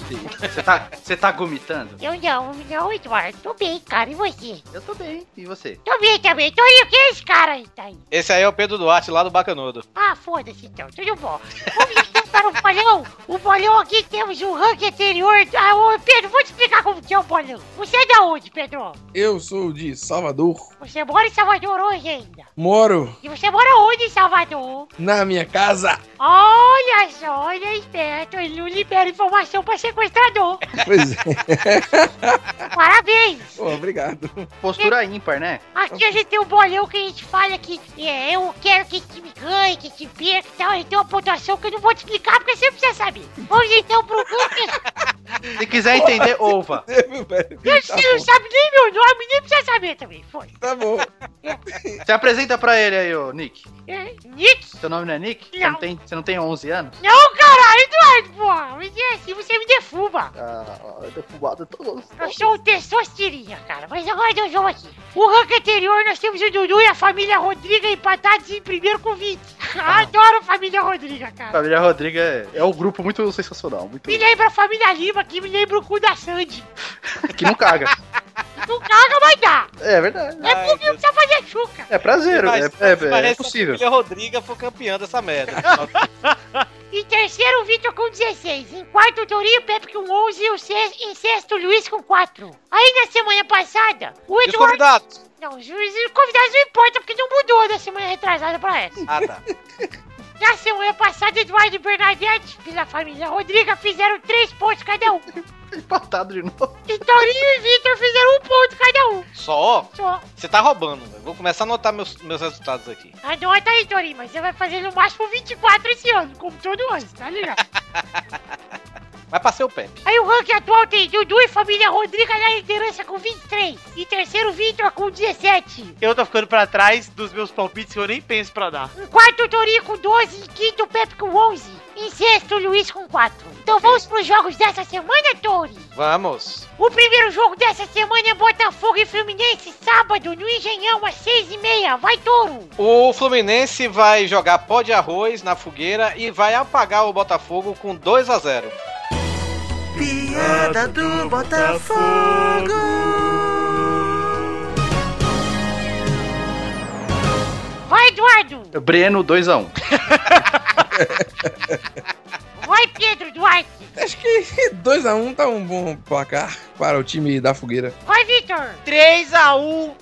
Speaker 3: Você tá, você tá gomitando?
Speaker 7: Eu não, não, Eduardo. Tô bem, cara. E você?
Speaker 3: Eu tô bem. E você?
Speaker 7: Tô bem também. Tô aí, o que é esse cara aí? Tá aí?
Speaker 4: Esse aí é o Pedro Duarte, lá do Bacanudo.
Speaker 7: Ah, foda-se então, tudo bom. Vamos então para o bolão. O bolão aqui temos o ranking anterior. Ah, ô, Pedro, vou te explicar como que é o bolão. Você é da onde, Pedro?
Speaker 6: Eu sou de Salvador.
Speaker 7: Você mora em Salvador hoje ainda.
Speaker 6: Moro
Speaker 7: E você mora onde em Salvador?
Speaker 6: na minha casa.
Speaker 7: Olha só, ele é esperto, ele não libera informação para sequestrador.
Speaker 6: Pois é.
Speaker 7: Parabéns!
Speaker 6: Pô, obrigado.
Speaker 3: Postura ímpar, né?
Speaker 7: Aqui a gente tem um bolão que a gente fala que é, eu quero que esse time ganhe, que esse time perca e tal. Ele tem uma pontuação que eu não vou te explicar porque você precisa saber. Vamos então pro ranking
Speaker 3: Se quiser entender, ouva.
Speaker 6: Meu velho.
Speaker 7: Você não sabe nem meu nome, nem precisa saber também, foi.
Speaker 6: Tá bom.
Speaker 3: Você apresenta pra ele aí, ô Nick.
Speaker 7: É, Nick?
Speaker 3: Seu nome não é Nick? Você não
Speaker 7: Não.
Speaker 3: tem, você não tem 11 anos?
Speaker 7: Não, caralho, Eduardo, porra. Mas é assim, você me defuba.
Speaker 3: Ah, eu tô fumado todo.
Speaker 7: Eu sou um testosterinha, cara. Mas agora deu jogo aqui. O ranking anterior, nós temos o Dudu e a família Rodriga empatados em primeiro com 20. Adoro a família Rodriga, cara.
Speaker 3: Família Rodrigues é, é um grupo muito sensacional, muito
Speaker 7: Me lembra a família Lima, que me lembra o cu da Sandy.
Speaker 3: É que não caga.
Speaker 7: Não caga, mas dá.
Speaker 3: É verdade.
Speaker 7: É porque não precisa fazer chuca.
Speaker 3: É prazer, é, é, é, possível.
Speaker 4: que a família Rodriga foi campeã dessa merda.
Speaker 7: Em terceiro, o Vitor com 16. Em quarto, o Torinho, o Pepe com 11. E o sexto, em sexto, o Luiz com 4. Aí, na semana passada, o
Speaker 4: E os
Speaker 7: Eduardo...
Speaker 4: convidados?
Speaker 7: Não, os os convidados não importa, porque não mudou da semana retrasada pra essa.
Speaker 4: Ah, tá.
Speaker 7: Na semana passada, Eduardo e Bernadette, pela família Rodriga, fizeram três pontos cada um.
Speaker 3: Empatado de novo.
Speaker 7: E Torinho e Vitor fizeram um ponto cada um.
Speaker 4: Só?
Speaker 7: Só.
Speaker 4: Você tá roubando. Eu vou começar a anotar meus, meus resultados aqui.
Speaker 7: Anota aí, Torinho, mas você vai fazer no máximo 24 esse ano, como todo ano, tá ligado?
Speaker 4: Vai pra ser o Pepe.
Speaker 7: Aí o ranking atual tem Dudu e família Rodriga na liderança com 23. E terceiro, Vitor com 17.
Speaker 5: Eu tô ficando pra trás dos meus palpites que eu nem penso pra dar.
Speaker 7: Em quarto, Torinho com 12. Em quinto, Pepe com 11. Em sexto, Luiz com 4. Então vamos pros jogos dessa semana, Tori.
Speaker 4: Vamos.
Speaker 7: O primeiro jogo dessa semana é Botafogo e Fluminense, sábado, no Engenhão, às 6h30. Vai, Toro!
Speaker 4: O Fluminense vai jogar pó de arroz na fogueira e vai apagar o Botafogo com 2 a 0
Speaker 11: Piada do Botafogo.
Speaker 7: Vai, Eduardo!
Speaker 3: É Breno 2x1.
Speaker 7: Vai, Pedro Duarte!
Speaker 6: Acho que 2x1 tá um bom placar para o time da fogueira.
Speaker 7: Vai, Vitor!
Speaker 5: 3x1,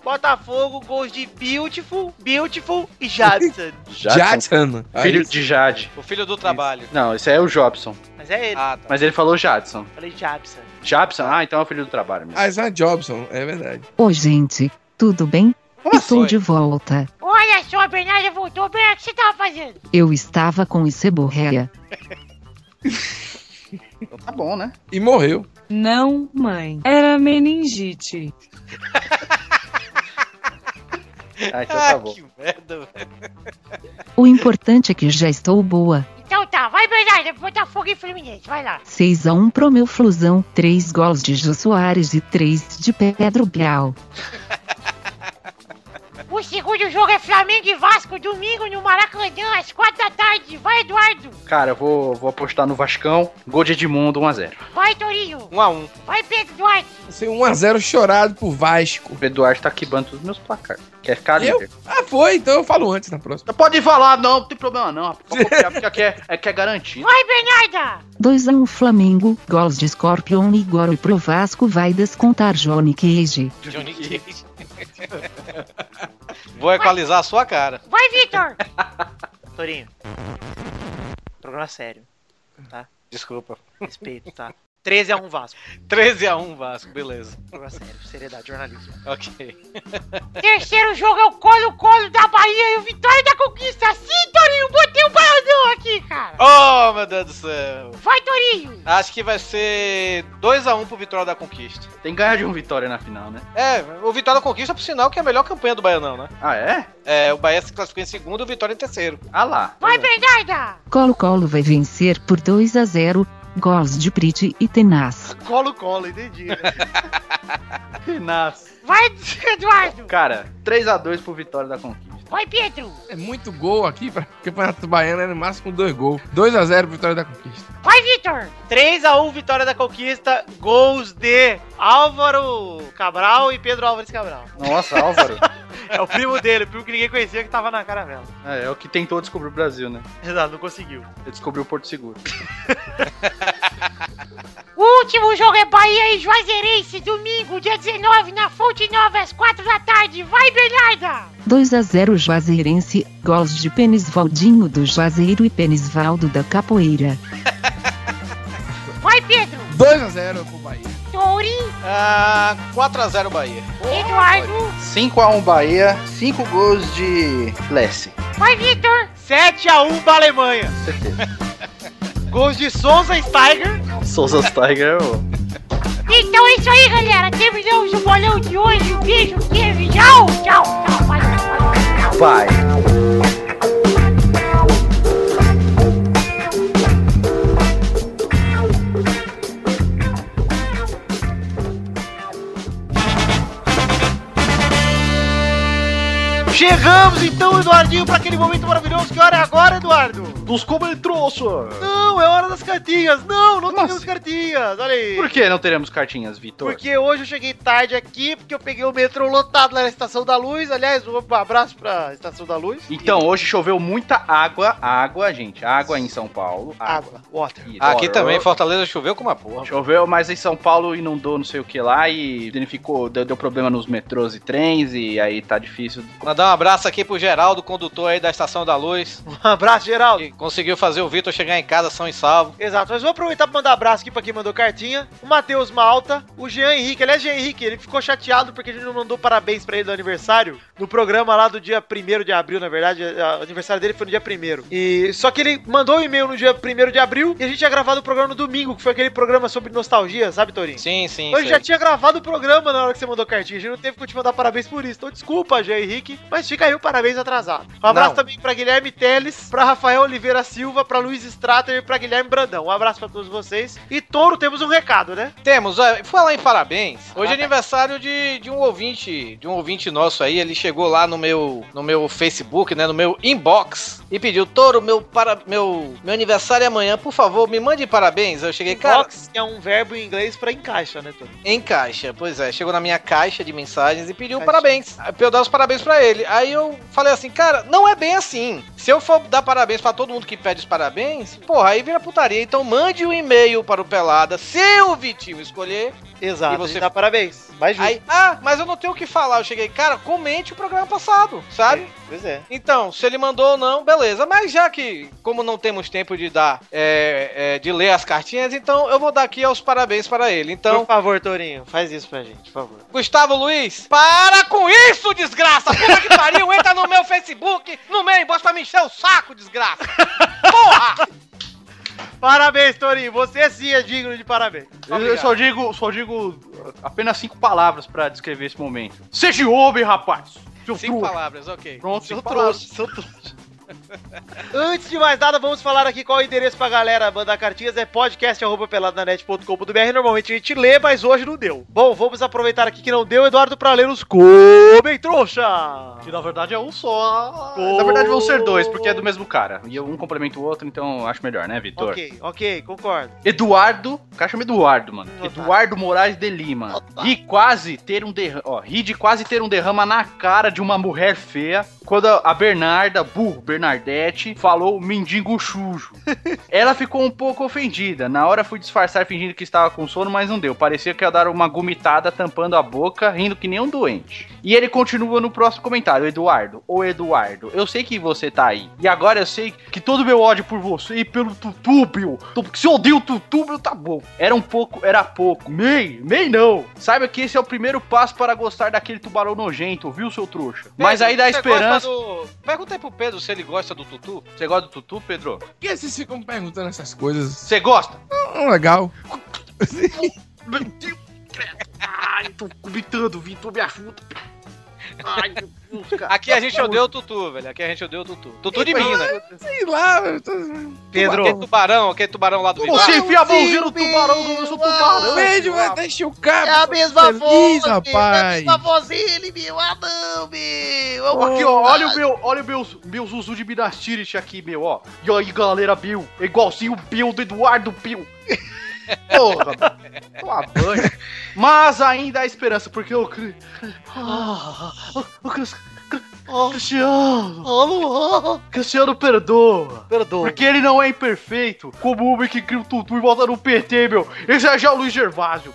Speaker 5: Botafogo, gols de Beautiful, Beautiful e Jadson.
Speaker 3: Jadson.
Speaker 6: Jadson. Ah,
Speaker 3: Filho de Jade.
Speaker 4: O filho do trabalho.
Speaker 3: Não, esse aí é o Jobson.
Speaker 5: Mas é ele.
Speaker 4: Ah, tá.
Speaker 3: Mas ele falou Jadson.
Speaker 5: Falei Jadson.
Speaker 3: Jabson? Ah, então é o filho do trabalho mesmo.
Speaker 6: Isaac Jobson, é verdade.
Speaker 9: Ô, gente, tudo bem? Estou assim, de volta.
Speaker 7: Olha só, Bernardo voltou. Bernardo, o que você tava fazendo?
Speaker 9: Eu estava com Iceborreia.
Speaker 3: Então tá bom, né?
Speaker 6: E morreu.
Speaker 8: Não, mãe. Era meningite.
Speaker 3: Ah, então
Speaker 4: Ah,
Speaker 3: tá bom.
Speaker 4: que merda, velho.
Speaker 9: O importante é que já estou boa.
Speaker 7: Então tá, vai, Bernardo, Botafogo e Fluminense, vai lá.
Speaker 9: 6 a 1 pro meu flusão, 3 gols de Jô Soares e 3 de Pedro Bial.
Speaker 7: O segundo jogo é Flamengo e Vasco, domingo no Maracanã, às 4 da tarde. Vai, Eduardo!
Speaker 3: Cara, eu vou, vou apostar no Vascão. Gol de Edmundo 1x0.
Speaker 7: Vai, Torinho!
Speaker 4: 1x1.
Speaker 7: Vai, Pedro Duarte!
Speaker 6: Vai ser 1x0 chorado por Vasco.
Speaker 3: O Eduardo tá quebando todos os meus placares. Quer ficar
Speaker 6: Eu?
Speaker 3: líder?
Speaker 6: Ah, foi, então eu falo antes na próxima.
Speaker 3: Não Pode falar, não, não tem problema não. rapaz. Pode copiar, porque aqui é, é que é garantido.
Speaker 7: Vai, Bernarda!
Speaker 9: 2 a 1 Flamengo, gols de Scorpion e Goro pro Vasco vai descontar Johnny Cage.
Speaker 4: Johnny Cage. Vou equalizar a sua cara.
Speaker 7: Vai, Vitor!
Speaker 5: Torinho. Programa sério. tá?
Speaker 4: Desculpa.
Speaker 5: Respeito, tá? 13x1 Vasco.
Speaker 4: 13x1 Vasco, beleza.
Speaker 5: Programa sério. Seriedade, jornalismo.
Speaker 4: Ok.
Speaker 7: Terceiro jogo é o Colo-Colo da Bahia e o Vitória da Conquista. Sim, Torinho, botei o um paradão aqui, cara.
Speaker 4: Oh, meu Deus do céu.
Speaker 7: Vai, Torinho.
Speaker 4: Acho que vai ser 2x1 pro Vitória da Conquista.
Speaker 3: Tem que ganhar de um vitória na final, né?
Speaker 4: É, o Vitória da Conquista, por sinal, que é a melhor campanha do Baianão, né?
Speaker 3: Ah, é?
Speaker 4: É, o Bahia se classificou em segundo e o Vitória em terceiro.
Speaker 3: Ah lá.
Speaker 7: Vai, Bernarda.
Speaker 9: Colo-Colo vai vencer por 2 a 0, gols de Priti e Tenaz.
Speaker 5: Colo-colo, entendi. né?
Speaker 3: Nasce.
Speaker 7: Vai, Eduardo.
Speaker 3: Cara, 3x2 pro Vitória da Conquista.
Speaker 7: Vai, Pedro.
Speaker 6: É muito gol aqui para o Campeonato Baiano, é no máximo dois gols. 2x0 pro Vitória da Conquista.
Speaker 7: Vai, Vitor.
Speaker 5: 3x1 vitória da conquista. Gols de Álvaro Cabral e Pedro Álvares Cabral.
Speaker 3: Nossa, Álvaro.
Speaker 5: É o primo dele, o primo que ninguém conhecia que tava na caravela.
Speaker 3: É, é o que tentou descobrir o Brasil, né?
Speaker 5: Exato, não conseguiu.
Speaker 3: Ele descobriu o Porto Seguro.
Speaker 7: O último jogo é Bahia e Juazeirense, domingo, dia 19, na Fonte Nova, às 4 da tarde. Vai, Bernarda.
Speaker 9: 2 a 0 Juazeirense, gols de Penisvaldinho do Juazeiro e Penisvaldo da Capoeira.
Speaker 7: Vai, Pedro.
Speaker 6: 2x0 pro Bahia.
Speaker 7: Tourinho.
Speaker 4: Ah, 4x0 Bahia.
Speaker 7: Eduardo.
Speaker 3: 5x1 Bahia, 5 gols de Lessie.
Speaker 7: Vai, Vitor.
Speaker 5: 7x1 pra Alemanha.
Speaker 3: Certeza.
Speaker 5: Gols de Souza e Steiger.
Speaker 3: Souza Tiger, ô.
Speaker 7: Então é isso aí, galera. Terminamos o bolão de hoje. Um beijo, queijo. Tchau, tchau, tchau. Vai, vai, vai.
Speaker 3: vai.
Speaker 5: Chegamos então, Eduardinho, pra aquele momento maravilhoso. Que hora é agora, Eduardo?
Speaker 3: Dos comentrouxa.
Speaker 5: Não, é hora das cartinhas. Não, não
Speaker 3: Como
Speaker 5: temos
Speaker 3: assim?
Speaker 5: cartinhas. Olha aí.
Speaker 3: Por que não teremos cartinhas, Vitor?
Speaker 5: Porque hoje eu cheguei tarde aqui, porque eu peguei o metrô lotado lá na Estação da Luz. Aliás, um abraço pra Estação da Luz.
Speaker 3: Então, hoje choveu muita água, água, gente, água em São Paulo.
Speaker 5: E água, water.
Speaker 3: Isso.
Speaker 4: Ah, aqui
Speaker 3: Ó,
Speaker 4: também,
Speaker 3: ó,
Speaker 4: Fortaleza choveu como uma porra.
Speaker 3: Choveu, mas em São Paulo inundou não sei o que lá e danificou, deu, deu problema nos metrôs e trens e aí tá difícil.
Speaker 4: Mandar um abraço aqui pro Geraldo, condutor aí da Estação da Luz,
Speaker 5: Um abraço, Geraldo.
Speaker 4: que conseguiu fazer o Vitor chegar em casa são e salvo.
Speaker 5: Exato, mas vou aproveitar pra mandar abraço aqui pra quem mandou cartinha. O Matheus Malta, o Jean Henrique. Aliás, Jean Henrique, ele ficou chateado porque a gente não mandou parabéns pra ele do aniversário. No programa lá do dia 1 de abril, na verdade, a- o aniversário dele foi no dia 1 E só que ele mandou o e-mail no dia 1 de abril e a gente tinha gravado o programa no domingo, que foi aquele programa sobre nostalgia, sabe, Torinho?
Speaker 4: Sim, sim.
Speaker 5: Eu
Speaker 4: sei.
Speaker 5: já tinha gravado o programa na hora que você mandou cartinha. A gente não teve que te mandar parabéns por isso. Então, desculpa, Jean Henrique. Mas fica aí o parabéns atrasado. Um abraço
Speaker 4: Não.
Speaker 5: também pra Guilherme Teles, pra Rafael Oliveira Silva, pra Luiz Strater e pra Guilherme Brandão. Um abraço pra todos vocês. E Touro, temos um recado, né?
Speaker 4: Temos, ó, falar em parabéns. Hoje é aniversário de, de um ouvinte, de um ouvinte nosso aí. Ele chegou lá no meu, no meu Facebook, né, no meu inbox e pediu Toro, meu para meu meu aniversário é amanhã, por favor, me mande parabéns. Eu cheguei, cara,
Speaker 5: Box é um verbo em inglês pra encaixa, né, Touro?
Speaker 4: em caixa. Pois é, chegou na minha caixa de mensagens e pediu
Speaker 5: Caixa.
Speaker 4: parabéns. Pra eu dar os parabéns pra ele. Aí eu falei assim, cara, não é bem assim. Se eu for dar parabéns pra todo mundo que pede os parabéns, porra, aí vira putaria. Então mande um e-mail para o Pelada, se o Vitinho escolher.
Speaker 5: Exato.
Speaker 4: E você-
Speaker 5: a gente dá parabéns. Mais justo.
Speaker 4: Aí, ah, mas eu não tenho o que falar. Eu cheguei, cara, comente o programa passado, sabe?
Speaker 5: Pois é.
Speaker 4: Então, se ele mandou ou não, beleza. Mas já que, como não temos tempo de dar, é, é, de ler as cartinhas, então eu vou dar aqui os parabéns para ele. Então,
Speaker 5: Por favor, Tourinho, faz isso pra gente, por favor.
Speaker 4: Gustavo Luiz, para com isso, desgraça! Puta que pariu, entra no meu Facebook, no meu inbox pra me encher o saco, desgraça! Porra!
Speaker 5: Parabéns, Tourinho. Você sim é digno de parabéns.
Speaker 3: Eu, eu só digo, só digo apenas cinco palavras pra descrever esse momento. Seja um homem, rapaz. Seu
Speaker 4: Cinco
Speaker 3: trouxa.
Speaker 4: palavras, ok.
Speaker 3: Pronto, cinco
Speaker 5: Seu
Speaker 3: palavras.
Speaker 5: trouxa, seu trouxa. Antes de mais nada, vamos falar aqui qual é o endereço pra galera mandar cartinhas. É podcast.peladanet.com.br. Normalmente a gente lê, mas hoje não deu. Bom, vamos aproveitar aqui que não deu, Eduardo, pra ler os Comem Trouxa.
Speaker 2: Que na verdade é um só.
Speaker 3: Na verdade vão ser dois, porque é do mesmo cara. E um complementa o outro, então acho melhor, né, Vitor?
Speaker 5: Ok, ok, concordo.
Speaker 3: Eduardo, o cara chama Eduardo, mano.
Speaker 5: Otário.
Speaker 3: Eduardo Moraes de Lima. Ri quase ter um derrama, ó, ri de quase ter um derrama na cara de uma mulher feia quando a a Bernarda, burro, Bernardete, falou mendigo chujo. Ela ficou um pouco ofendida. Na hora fui disfarçar fingindo que estava com sono, mas não deu. Parecia que ia dar uma gomitada tampando a boca, rindo que nem um doente. E ele continua no próximo comentário. Eduardo, ô Eduardo, eu sei que você tá aí. E agora eu sei que todo o meu ódio por você e pelo Tutúbio, tu- porque se odeia o Tutúbio, tá bom. Era um pouco, era pouco. Mei, mei não. Saiba que esse é o primeiro passo para gostar daquele tubarão nojento, viu, seu trouxa? Mas aí dá
Speaker 4: Você gosta
Speaker 3: esperança.
Speaker 4: do- Pergunta aí pro Pedro se ele gosta do Tutu.
Speaker 3: Você gosta do Tutu, Pedro?
Speaker 6: Por que vocês ficam perguntando essas coisas?
Speaker 3: Você gosta?
Speaker 6: Não, é legal.
Speaker 2: Meu Deus, credo. Ai, tô vomitando, Vitor, me ajuda. Ai, meu Deus, cara.
Speaker 4: Aqui a
Speaker 3: é
Speaker 4: gente odeia o Tutu, velho. Aqui a gente odeia o Tutu. Tutu de mim, né?
Speaker 6: Sei lá, eu tô...
Speaker 4: Aquele tubarão, aquele tubarão lá do
Speaker 3: Você
Speaker 4: Iguá.
Speaker 3: enfia a mãozinha no tubarão, eu sou tubarão.
Speaker 6: Beijo, vai até encher o cabo.
Speaker 5: É a mesma
Speaker 6: Feliz,
Speaker 5: voz, é a
Speaker 6: rapaz.
Speaker 5: mesma vozinha, ele meu. Ah, não, meu. É uma
Speaker 3: Aqui, ó, olha o meu, olha o meu, meu Zuzu de Minas Tirith aqui, meu, ó. E aí, galera, Bill, é igualzinho o Bill do Eduardo Bill. Porra, mano. Toma banho. Mas ainda há esperança, porque o Cri- Ah, o, o Cris- Cri- Cristiano, Cristiano perdoa.
Speaker 5: Perdoa.
Speaker 3: Porque ele não é imperfeito, como o homem que cria o Tutu e volta no PT, meu. Esse é já o Luiz Gervásio.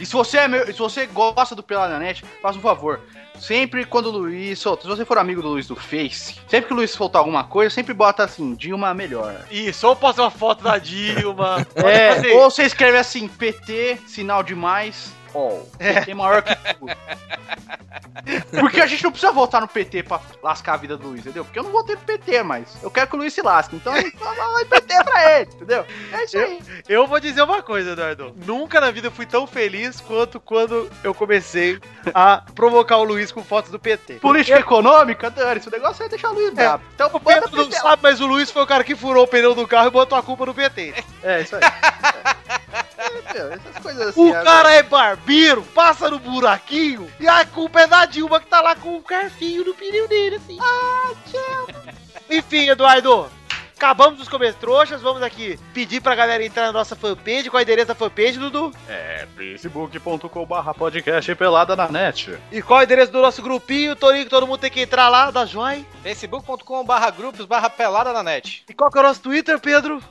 Speaker 3: e se você, é meu, se você gosta do Pelada na Net, faz um favor. Sempre quando o Luiz. ó, Se você for amigo do Luiz do Face, sempre que o Luiz soltar alguma coisa, sempre bota assim, Dilma melhor.
Speaker 5: Isso, ou posta uma foto da Dilma.
Speaker 3: É, ou você escreve assim, PT, sinal de mais, all.
Speaker 5: É.
Speaker 3: PT é maior que tudo. Porque a gente não precisa votar no PT pra lascar a vida do Luiz, entendeu? Porque eu não votei no PT, mas eu quero que o Luiz se lasque. Então a gente vai lá em PT pra ele, entendeu? É isso aí.
Speaker 5: Eu vou dizer uma coisa, Eduardo. Nunca na vida eu fui tão feliz quanto quando eu comecei a provocar o Luiz com fotos do PT.
Speaker 3: Política econômica, Dani, esse negócio é deixar o Luiz brabo. Então
Speaker 5: O
Speaker 3: bota
Speaker 5: Pedro não
Speaker 3: PT.
Speaker 5: sabe, mas o Luiz foi o cara que furou o pneu do carro e botou a culpa no PT.
Speaker 3: É, isso aí. É, meu, essas coisas assim.
Speaker 5: O
Speaker 3: é-
Speaker 5: cara é barbeiro, passa no buraquinho e a culpa é da Dilma que tá lá com o carfinho no pneu dele, assim. Ah, Enfim, Eduardo. Acabamos os comer trouxas, vamos aqui pedir pra galera entrar na nossa fanpage, qual é o endereço da fanpage, Dudu?
Speaker 3: É facebook.com.br podcast pelada na net.
Speaker 5: E qual é o endereço do nosso grupinho, Torinho, que todo mundo tem que entrar lá, da join.
Speaker 4: facebook.com barra grupos barra pelada na net.
Speaker 5: E qual que é o nosso Twitter, Pedro?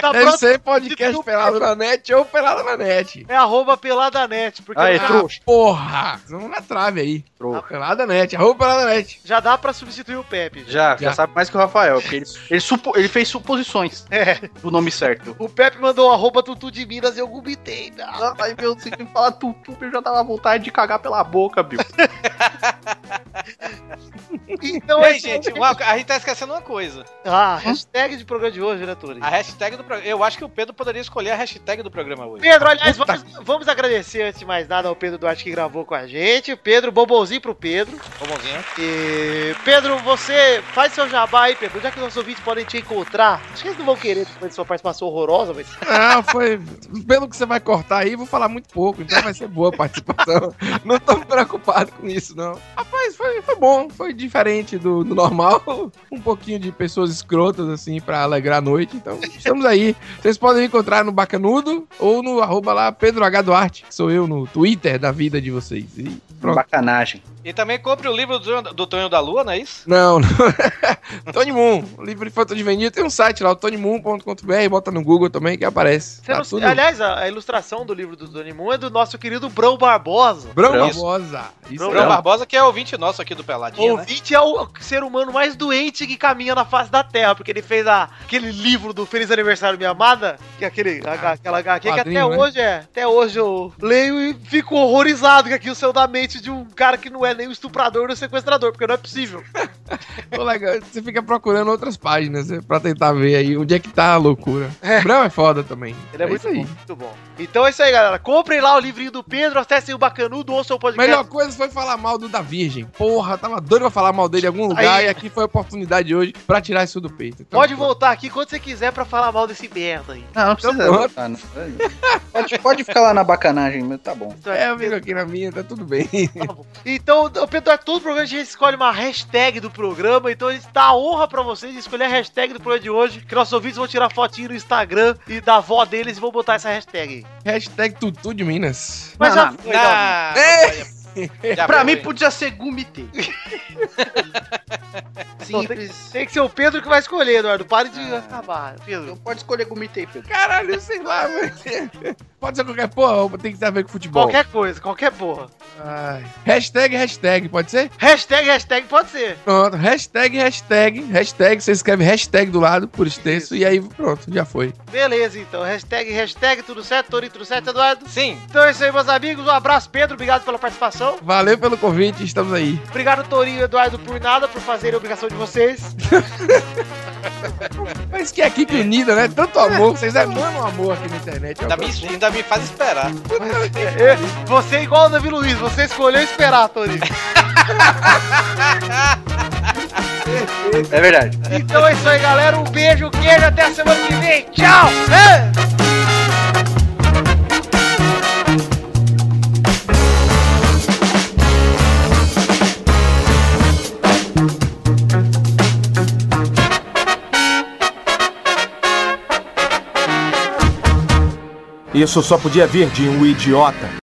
Speaker 5: tá
Speaker 6: Deve
Speaker 5: pronto?
Speaker 6: ser podcast pelado na net ou pelado na net.
Speaker 5: É arroba peladanet, porque
Speaker 3: Aí,
Speaker 5: já,
Speaker 3: Ah, trouxa.
Speaker 6: Porra! Vamos na trave aí.
Speaker 3: Trouxa.
Speaker 6: Pelada net, arroba pelada net.
Speaker 5: já dá pra substituir o Pepe.
Speaker 3: Já, já,
Speaker 6: Já.
Speaker 3: sabe mais que o Rafael, porque ele, ele, supo- ele fez suposições
Speaker 5: É,
Speaker 3: do nome certo.
Speaker 5: o Pepe mandou um arroba tutu de Minas e eu gubitei. né?
Speaker 3: Ai, Ah, meu, você me fala tutu, eu já tava vontade de cagar pela boca, Bill.
Speaker 5: Então
Speaker 4: E
Speaker 5: é
Speaker 4: aí,
Speaker 5: isso.
Speaker 4: gente, uma- a gente tá esquecendo uma coisa.
Speaker 5: Ah, hashtag de programa de hoje, né, Turi?
Speaker 4: A hashtag do programa. Eu acho que o Pedro poderia escolher a hashtag do programa hoje.
Speaker 5: Pedro, aliás, vamos, vamos agradecer antes de mais nada ao Pedro Duarte que gravou com a gente. Pedro, bombonzinho pro Pedro.
Speaker 4: Ô, bonzinho.
Speaker 5: E, Pedro, você faz seu jabá aí, Pedro. Já que nossos ouvintes podem te encontrar, acho que eles não vão querer depois de sua participação horrorosa, mas.
Speaker 6: Não, Ah, foi. Pelo que você vai cortar aí, vou falar muito pouco, então vai ser boa a participação. não tô preocupado com isso, não. Rapaz, foi, foi bom, foi diferente do, do normal. Um pouquinho de pessoas escrotas, assim, pra alegrar a noite. Então, estamos aí. Vocês podem me encontrar no Bacanudo ou no arroba lá Pedro H. Duarte, que sou eu no Twitter da vida de vocês. E pronto.
Speaker 3: Bacanagem.
Speaker 4: E também compre o livro do, Tonho- do Tonho da Lua, não é isso?
Speaker 6: Não, não. Tony Moon, o livro de foto de vendido, tem um site lá, o tonymoon.com.br, bota no Google também que aparece.
Speaker 5: Você
Speaker 6: Tá
Speaker 5: não-
Speaker 6: tudo...
Speaker 5: Aliás, a, a ilustração do livro do Doni Moon é do nosso querido Brão Barbosa.
Speaker 6: Brão
Speaker 3: Brão.
Speaker 6: Barbosa. Isso
Speaker 5: Brão
Speaker 6: aí.
Speaker 4: Bruno Barbosa, que é ouvinte nosso aqui do Peladinha, né?
Speaker 5: Ouvinte é o ser humano mais doente que caminha na face da Terra, porque ele fez a- aquele livro do Feliz Aniversário Minha Amada, que é aquele, H- aquela HQ que até
Speaker 6: Ah, quadrinho, né?
Speaker 5: hoje é. Até hoje eu leio e fico horrorizado que aqui o céu da mente de um cara que não é nem o estuprador nem o sequestrador, porque não é possível.
Speaker 6: Ô, legal, Você fica procurando outras páginas né, pra tentar ver aí onde é que tá a loucura. Brão é foda também.
Speaker 5: Ele é, muito
Speaker 6: isso aí.
Speaker 5: bom, muito bom. Então é isso aí, galera. Comprem lá o livrinho do Pedro, acessem o Bacanudo, ouçam o podcast.
Speaker 6: Melhor coisa foi falar mal do da Virgem. Porra, tava doido pra falar mal dele em algum lugar
Speaker 5: Aí.
Speaker 6: e aqui foi a oportunidade hoje pra tirar isso do peito. Então,
Speaker 5: Pode
Speaker 6: pô,
Speaker 5: voltar aqui quando você quiser pra falar mal desse merda aí.
Speaker 3: Não, não precisa.
Speaker 6: bom.
Speaker 3: voltar, não. Pode, pode ficar lá na bacanagem, mas tá bom.
Speaker 5: Isso
Speaker 6: É, eu fico aqui na minha, tá tudo bem.
Speaker 5: Então, o Pedro, todo programa a gente escolhe uma hashtag do programa, então a gente dá a honra pra vocês de escolher a hashtag do programa de hoje, que nossos ouvintes vão tirar fotinho no Instagram e da avó deles e vão botar essa hashtag.
Speaker 6: Hashtag Tutu de Minas.
Speaker 5: Mas é
Speaker 3: Não,
Speaker 5: já
Speaker 3: não,
Speaker 5: foi, Dalton.
Speaker 4: Ah, olha. Já
Speaker 3: Pra
Speaker 4: foi.
Speaker 3: mim podia ser Gumite. Simples.
Speaker 5: Tem que ser o Pedro que vai escolher, Eduardo. Pare de acabar, Pedro.
Speaker 3: Então pode escolher Gumite, Pedro.
Speaker 6: Caralho, sei lá, velho. Pode ser qualquer porra, ou tem que ter a ver com futebol.
Speaker 5: Qualquer coisa, qualquer porra.
Speaker 6: Ai. Hashtag, hashtag, pode ser?
Speaker 5: Hashtag, hashtag pode ser.
Speaker 6: Pronto, hashtag, hashtag, hashtag, você escreve hashtag do lado por extenso e aí pronto, já foi.
Speaker 5: Beleza, então. Hashtag, hashtag, tudo certo, Torinho, tudo certo, Eduardo.
Speaker 4: Sim,
Speaker 5: Então é isso aí, meus amigos. Um abraço, Pedro. Obrigado pela participação.
Speaker 6: Valeu pelo convite, estamos aí.
Speaker 5: Obrigado, Torinho e Eduardo, por nada, por fazerem a obrigação de vocês.
Speaker 6: Mas que equipe unida, né? Tanto amor, vocês emanam amor aqui na internet.
Speaker 4: ainda me, ainda me faz esperar.
Speaker 5: É, Você é igual o Davi Luiz, você escolheu esperar, Tony.
Speaker 3: É verdade.
Speaker 5: Então é isso aí, galera. Um beijo, queijo, até a semana que vem. Tchau! É.
Speaker 1: Isso só podia vir de um idiota.